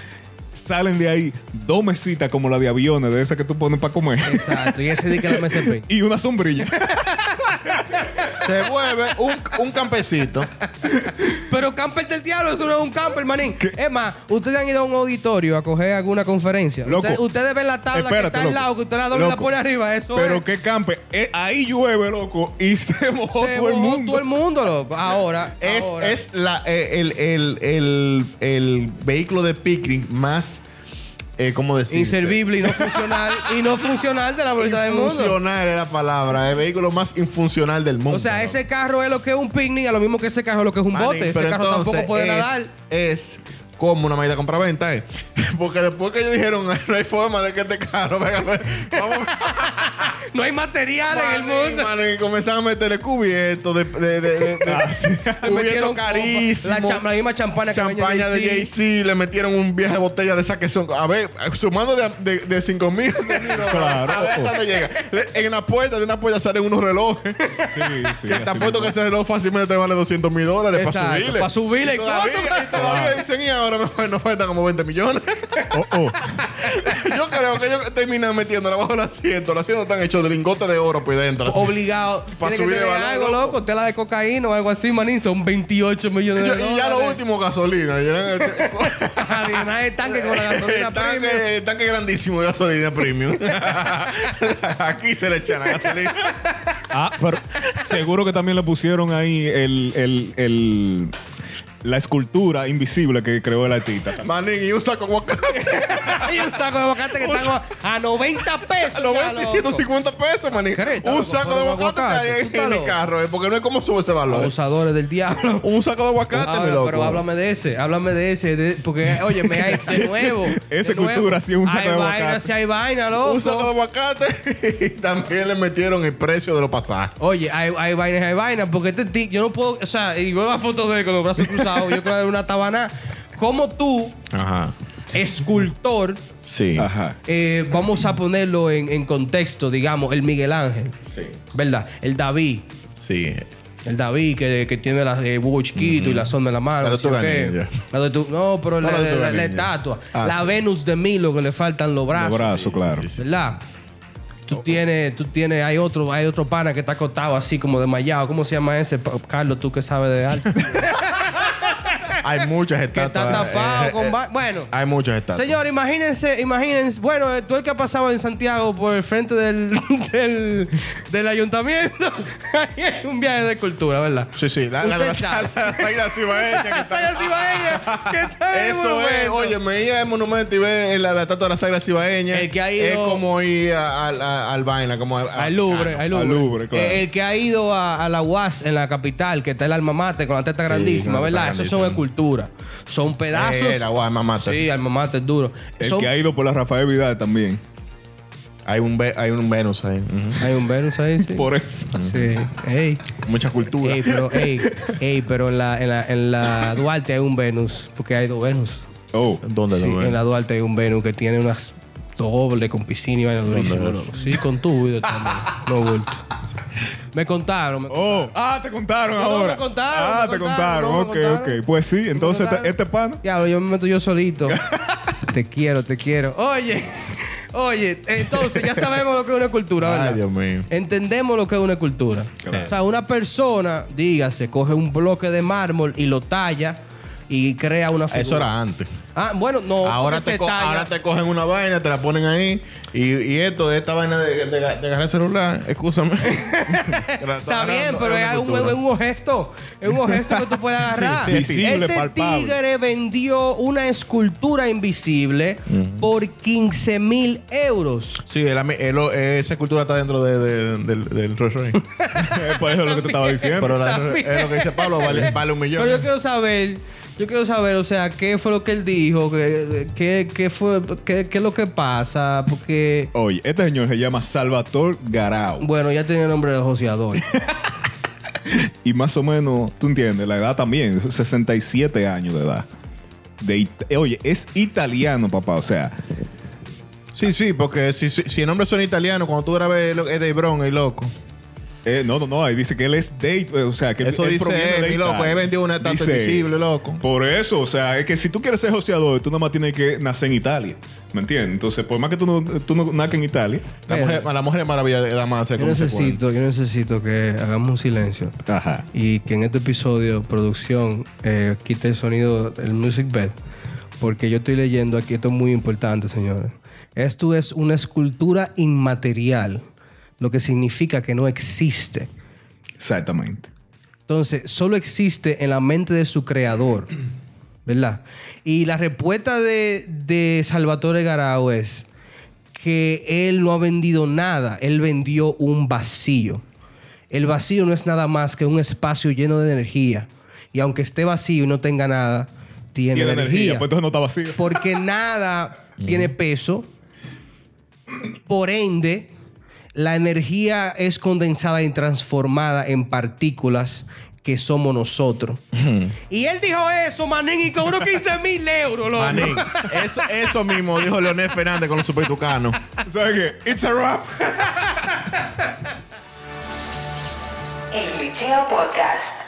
[SPEAKER 4] salen de ahí dos mesitas como la de aviones, de esas que tú pones para comer,
[SPEAKER 2] Exacto. Y ese dice que la MSP.
[SPEAKER 4] y una sombrilla.
[SPEAKER 3] Se mueve un, un campecito.
[SPEAKER 2] Pero camper del diablo, eso no es un camper, manín. Es más, ustedes han ido a un auditorio a coger alguna conferencia.
[SPEAKER 4] Loco.
[SPEAKER 2] ustedes, ustedes ven la tabla que
[SPEAKER 4] Espérate,
[SPEAKER 2] está al
[SPEAKER 4] loco.
[SPEAKER 2] lado, que usted la dobla y la
[SPEAKER 4] Loco.
[SPEAKER 2] pone arriba. Eso
[SPEAKER 4] Pero
[SPEAKER 2] es.
[SPEAKER 4] qué campe. Eh, ahí llueve, loco, y se mojó
[SPEAKER 2] Se
[SPEAKER 4] todo el
[SPEAKER 2] mojó
[SPEAKER 4] mundo.
[SPEAKER 2] todo el mundo, loco. Ahora.
[SPEAKER 3] Es,
[SPEAKER 2] ahora.
[SPEAKER 3] es la, eh, el, el, el, el vehículo de picnic más, eh, ¿cómo decir?
[SPEAKER 2] inservible y no funcional. y no funcional de la vuelta del mundo.
[SPEAKER 3] Infuncional es la palabra. El vehículo más infuncional del mundo.
[SPEAKER 2] O sea, ese carro es lo que es un picnic, a lo mismo que ese carro es lo que es un
[SPEAKER 3] Manín,
[SPEAKER 2] bote. Ese
[SPEAKER 3] pero
[SPEAKER 2] carro
[SPEAKER 3] entonces
[SPEAKER 2] tampoco puede
[SPEAKER 3] es,
[SPEAKER 2] nadar.
[SPEAKER 3] Es como una medida compraventa, ¿eh? Porque después que ellos dijeron, "Ay, no hay forma de que este carro venga, vamos
[SPEAKER 2] No hay material en el
[SPEAKER 3] Manín,
[SPEAKER 2] mundo.
[SPEAKER 3] manín, y comenzaron a meterle cubierto de, de, de, de- de-
[SPEAKER 2] Metieron
[SPEAKER 3] cubierto
[SPEAKER 2] copa,
[SPEAKER 3] carísimo.
[SPEAKER 2] La, cham- la misma champana que
[SPEAKER 3] Champaña de
[SPEAKER 2] Jay-Z.
[SPEAKER 3] Jay-Z, le metieron un viaje de botella de esas que son. A ver, sumando de, de, de 5 mil.
[SPEAKER 4] Claro.
[SPEAKER 3] A ver hasta dónde llega. Le- En una puerta, de una puerta salen unos relojes.
[SPEAKER 4] Sí, sí.
[SPEAKER 3] Que te apuesto que ese reloj fácilmente te vale 200 mil dólares
[SPEAKER 2] Exacto,
[SPEAKER 3] para subirle.
[SPEAKER 2] pa' subirle,
[SPEAKER 3] Y todavía,
[SPEAKER 2] ¿cuánto?
[SPEAKER 3] y todavía dicen, y ahora me, fal- nos faltan como 20 millones.
[SPEAKER 4] Oh, oh.
[SPEAKER 3] yo creo que ellos terminan metiéndole abajo el asiento. Los asientos están hechos de lingotes de oro por dentro. así.
[SPEAKER 2] Obligado.
[SPEAKER 3] Pa'
[SPEAKER 2] Tiene que
[SPEAKER 3] subir de
[SPEAKER 2] tener
[SPEAKER 3] valor,
[SPEAKER 2] algo,
[SPEAKER 3] loco.
[SPEAKER 2] loco. Tela de cocaína o algo así, manín. Son 28 millones de
[SPEAKER 3] Y,
[SPEAKER 2] dólares.
[SPEAKER 3] y ya lo último, gasolina. este, Llenan el-
[SPEAKER 2] Ajá, llenar el tanque con la gasolina
[SPEAKER 3] El tanque,
[SPEAKER 2] premium.
[SPEAKER 3] el tanque grandísimo de gasolina premium. Aquí se le echan la gasolina.
[SPEAKER 4] Ah, pero seguro que también le pusieron ahí el, el, el- la escultura invisible que creó el artista.
[SPEAKER 3] Manín, y un saco guacamole.
[SPEAKER 2] Hay un saco de aguacate que están a a 90 pesos. ya,
[SPEAKER 3] 90 y
[SPEAKER 2] loco.
[SPEAKER 3] 150 pesos, manín.
[SPEAKER 2] Creta,
[SPEAKER 3] Un
[SPEAKER 2] loco,
[SPEAKER 3] saco
[SPEAKER 2] por
[SPEAKER 3] de
[SPEAKER 2] el
[SPEAKER 3] aguacate que hay
[SPEAKER 2] aguacate,
[SPEAKER 3] en-
[SPEAKER 2] tú estás
[SPEAKER 3] en mi
[SPEAKER 2] loco.
[SPEAKER 3] carro, eh, porque no es como sube ese valor.
[SPEAKER 2] Abusadores del diablo.
[SPEAKER 3] Un saco de aguacate,
[SPEAKER 2] Ahora,
[SPEAKER 3] mi loco.
[SPEAKER 2] pero háblame de ese, háblame de ese, de- porque oye, me hay de nuevo.
[SPEAKER 4] Esa
[SPEAKER 2] de nuevo.
[SPEAKER 4] cultura sí es un saco
[SPEAKER 2] hay
[SPEAKER 4] de
[SPEAKER 2] vaina,
[SPEAKER 4] aguacate.
[SPEAKER 2] sí hay vaina, loco.
[SPEAKER 3] Un saco de aguacate y también le metieron el precio de los pasajes.
[SPEAKER 2] Oye, hay, hay vainas, hay vainas, porque este ti- yo no puedo, o sea, y veo la foto de él con los brazos cruzados, yo creo que era una tabana. Como tú,
[SPEAKER 3] Ajá.
[SPEAKER 2] escultor,
[SPEAKER 3] Sí.
[SPEAKER 4] Ajá.
[SPEAKER 2] eh, vamos a ponerlo en, en contexto, digamos, el Miguel Ángel,
[SPEAKER 3] Sí.
[SPEAKER 2] ¿verdad? El David,
[SPEAKER 3] Sí.
[SPEAKER 2] el David que, que tiene las eh, huevo chiquito y la zona en la mano.
[SPEAKER 3] La
[SPEAKER 2] no sé
[SPEAKER 3] tortuga
[SPEAKER 2] qué.
[SPEAKER 3] ninja.
[SPEAKER 2] La tortu- no, pero
[SPEAKER 3] No,
[SPEAKER 2] la,
[SPEAKER 3] la
[SPEAKER 2] la-
[SPEAKER 3] tortuga
[SPEAKER 2] la
[SPEAKER 3] ninja.
[SPEAKER 2] estatua,
[SPEAKER 3] Ah,
[SPEAKER 2] la
[SPEAKER 3] sí.
[SPEAKER 2] Venus de Milo que le faltan los brazos.
[SPEAKER 4] Los brazos, claro.
[SPEAKER 3] sí, sí.
[SPEAKER 2] ¿Verdad?
[SPEAKER 3] Oh,
[SPEAKER 2] Tú tienes, tú tienes, hay otro, hay otro pana que está acotado así como desmayado. ¿Cómo se llama ese? Pa- Carlos, tú que sabes de arte.
[SPEAKER 3] Hay muchas
[SPEAKER 2] que está
[SPEAKER 3] estatuas.
[SPEAKER 2] tapado
[SPEAKER 3] eh,
[SPEAKER 2] con
[SPEAKER 3] eh,
[SPEAKER 2] va- Bueno.
[SPEAKER 3] Hay muchas estatuas.
[SPEAKER 2] Señor, imagínense, imagínense. Bueno, eh, todo el que ha pasado en Santiago por el frente del, del, del ayuntamiento, ahí hay un viaje de cultura, ¿verdad?
[SPEAKER 3] Sí, sí. La, la,
[SPEAKER 2] Usted
[SPEAKER 3] la,
[SPEAKER 2] sabe.
[SPEAKER 3] la- la águila cibaeña que
[SPEAKER 2] Está
[SPEAKER 3] está-
[SPEAKER 2] allá encima ella, que está en el
[SPEAKER 3] Eso es,
[SPEAKER 2] monumento.
[SPEAKER 3] oye, me iba al monumento y ve la, la estatua de la Sagra Cibaeña.
[SPEAKER 2] El que ha
[SPEAKER 3] Es
[SPEAKER 2] ido-
[SPEAKER 3] como ir a- al- a- al vaina, como a- a-
[SPEAKER 2] Al Louvre,
[SPEAKER 3] Ah,
[SPEAKER 2] al Louvre.
[SPEAKER 4] al Louvre, claro.
[SPEAKER 2] Eh, el que ha ido a, a la UAS en la capital, que está el alma mate con la teta grandísima,
[SPEAKER 3] con la
[SPEAKER 2] ¿verdad?
[SPEAKER 3] teta
[SPEAKER 2] Eso son de
[SPEAKER 3] grandísima.
[SPEAKER 2] cultura. Son
[SPEAKER 3] no.
[SPEAKER 2] pedazos.
[SPEAKER 3] Eh, la guay, mamá.
[SPEAKER 2] sí, alma mate es duro.
[SPEAKER 4] El
[SPEAKER 2] Son-
[SPEAKER 4] que ha ido por la Rafael Vidal también.
[SPEAKER 3] Hay un, ve- hay un Venus ahí. Ujú.
[SPEAKER 2] Hay un Venus ahí, sí.
[SPEAKER 4] Por eso.
[SPEAKER 2] Sí. Ey.
[SPEAKER 3] Mucha cultura.
[SPEAKER 2] Ey, pero, ey, ey, pero en la, en, la, en la Duarte hay un Venus, porque hay dos Venus.
[SPEAKER 4] Oh.
[SPEAKER 3] ¿Dónde
[SPEAKER 2] Sí,
[SPEAKER 3] lo ven?
[SPEAKER 2] en la Duarte hay un Venus que tiene unas doble con piscina y vaina durísima.
[SPEAKER 3] ves?
[SPEAKER 2] loco. Sí, con tubo y de todo, no vuelto. Me contaron, me
[SPEAKER 4] Oh, ah, te contaron
[SPEAKER 2] No, no, me
[SPEAKER 4] ahora.
[SPEAKER 2] contaron,
[SPEAKER 4] ah,
[SPEAKER 2] me
[SPEAKER 4] te
[SPEAKER 2] contaron,
[SPEAKER 4] contaron.
[SPEAKER 2] no, me
[SPEAKER 4] ok,
[SPEAKER 2] contaron.
[SPEAKER 4] ok. Pues sí,
[SPEAKER 2] Me
[SPEAKER 4] entonces
[SPEAKER 2] contaron.
[SPEAKER 4] te- este pan.
[SPEAKER 2] Diablo, yo me meto yo solito. te quiero, te quiero. Oye, oye, entonces ya sabemos lo que es una cultura, ¿verdad?
[SPEAKER 3] Ay, Dios mío.
[SPEAKER 2] Entendemos lo que es una cultura.
[SPEAKER 4] Claro.
[SPEAKER 2] O sea, una persona, dígase, coge un bloque de mármol y lo talla y crea una figura.
[SPEAKER 3] Eso era antes.
[SPEAKER 2] Ah, bueno, no.
[SPEAKER 3] Ahora
[SPEAKER 2] no
[SPEAKER 3] te,
[SPEAKER 2] se
[SPEAKER 3] co-
[SPEAKER 2] talla.
[SPEAKER 3] ahora te cogen una vaina, te la ponen ahí. Y, y esto, esta vaina de, de, de agarrar el celular, escúchame.
[SPEAKER 2] Está bien, pero es un, es un gesto. Es un gesto que tú puedes agarrar.
[SPEAKER 4] sí, visible,
[SPEAKER 2] este
[SPEAKER 4] palpable.
[SPEAKER 2] tigre vendió una escultura invisible por 15 mil euros.
[SPEAKER 3] Sí, el, ami- el- eh, esa cultura está dentro de, de- del, del Rolls Royce.
[SPEAKER 4] Por pues eso es lo que te estaba diciendo.
[SPEAKER 3] Pero la-
[SPEAKER 2] También.
[SPEAKER 3] es lo que dice Pablo, vale, vale un millón.
[SPEAKER 2] Pero yo quiero saber, yo quiero saber, o sea, qué fue lo que él dijo, qué, qué, qué fue, qué, qué es lo que pasa, porque,
[SPEAKER 4] Oye, este señor se llama Salvatore Garau.
[SPEAKER 2] bueno, ya tenía nombre de joseador.
[SPEAKER 4] Y más o menos, tú entiendes, la edad también, 67 años de edad. De it- eh, Oye, es italiano, papá. O sea,
[SPEAKER 3] Sí, sí, porque si, si, si el nombre suena italiano, cuando tú grabes lo- es de Bron, el loco.
[SPEAKER 4] eh, no, no, no. Ahí dice que él es de. it- eh, O sea, que
[SPEAKER 3] Eso
[SPEAKER 4] él
[SPEAKER 3] dice
[SPEAKER 4] proviene
[SPEAKER 3] él,
[SPEAKER 4] de
[SPEAKER 3] mi loco.
[SPEAKER 4] Italia.
[SPEAKER 3] Él vendió una estatua
[SPEAKER 4] Dice-
[SPEAKER 3] invisible, loco.
[SPEAKER 4] Por eso, o sea, es que si tú quieres ser joseador, tú nada más tienes que nacer en Italia. ¿Me entiendes? Entonces, por más que tú no, tú no nazcas en Italia.
[SPEAKER 3] La
[SPEAKER 2] Pero-
[SPEAKER 3] mujer, la mujer es maravilla de la más
[SPEAKER 2] Yo necesito, yo necesito que hagamos un silencio
[SPEAKER 4] Ajá.
[SPEAKER 2] y que en este episodio producción eh, quite el sonido, el music bed, porque yo estoy leyendo aquí, esto es muy importante, señores. Esto es una escultura inmaterial, lo que significa que no existe.
[SPEAKER 4] Exactamente.
[SPEAKER 2] Entonces, solo existe en la mente de su creador. ¿Verdad? Y la respuesta de, de Salvatore Garau es que él no ha vendido nada, él vendió un vacío. El vacío no es nada más que un espacio lleno de energía. Y aunque esté vacío y no tenga nada, tiene,
[SPEAKER 4] Tiene energía.
[SPEAKER 2] energía.
[SPEAKER 4] Pues entonces no está vacío.
[SPEAKER 2] Porque nada tiene peso. Por ende, la energía es condensada y transformada en partículas que somos nosotros. y él dijo eso, manín, y cobró 15 mil euros, loco.
[SPEAKER 3] Manín, eso, eso mismo dijo Leonel Fernández con los supertucanos.
[SPEAKER 4] ¿Sabes qué? It's a wrap.
[SPEAKER 1] El Glitcheo Podcast.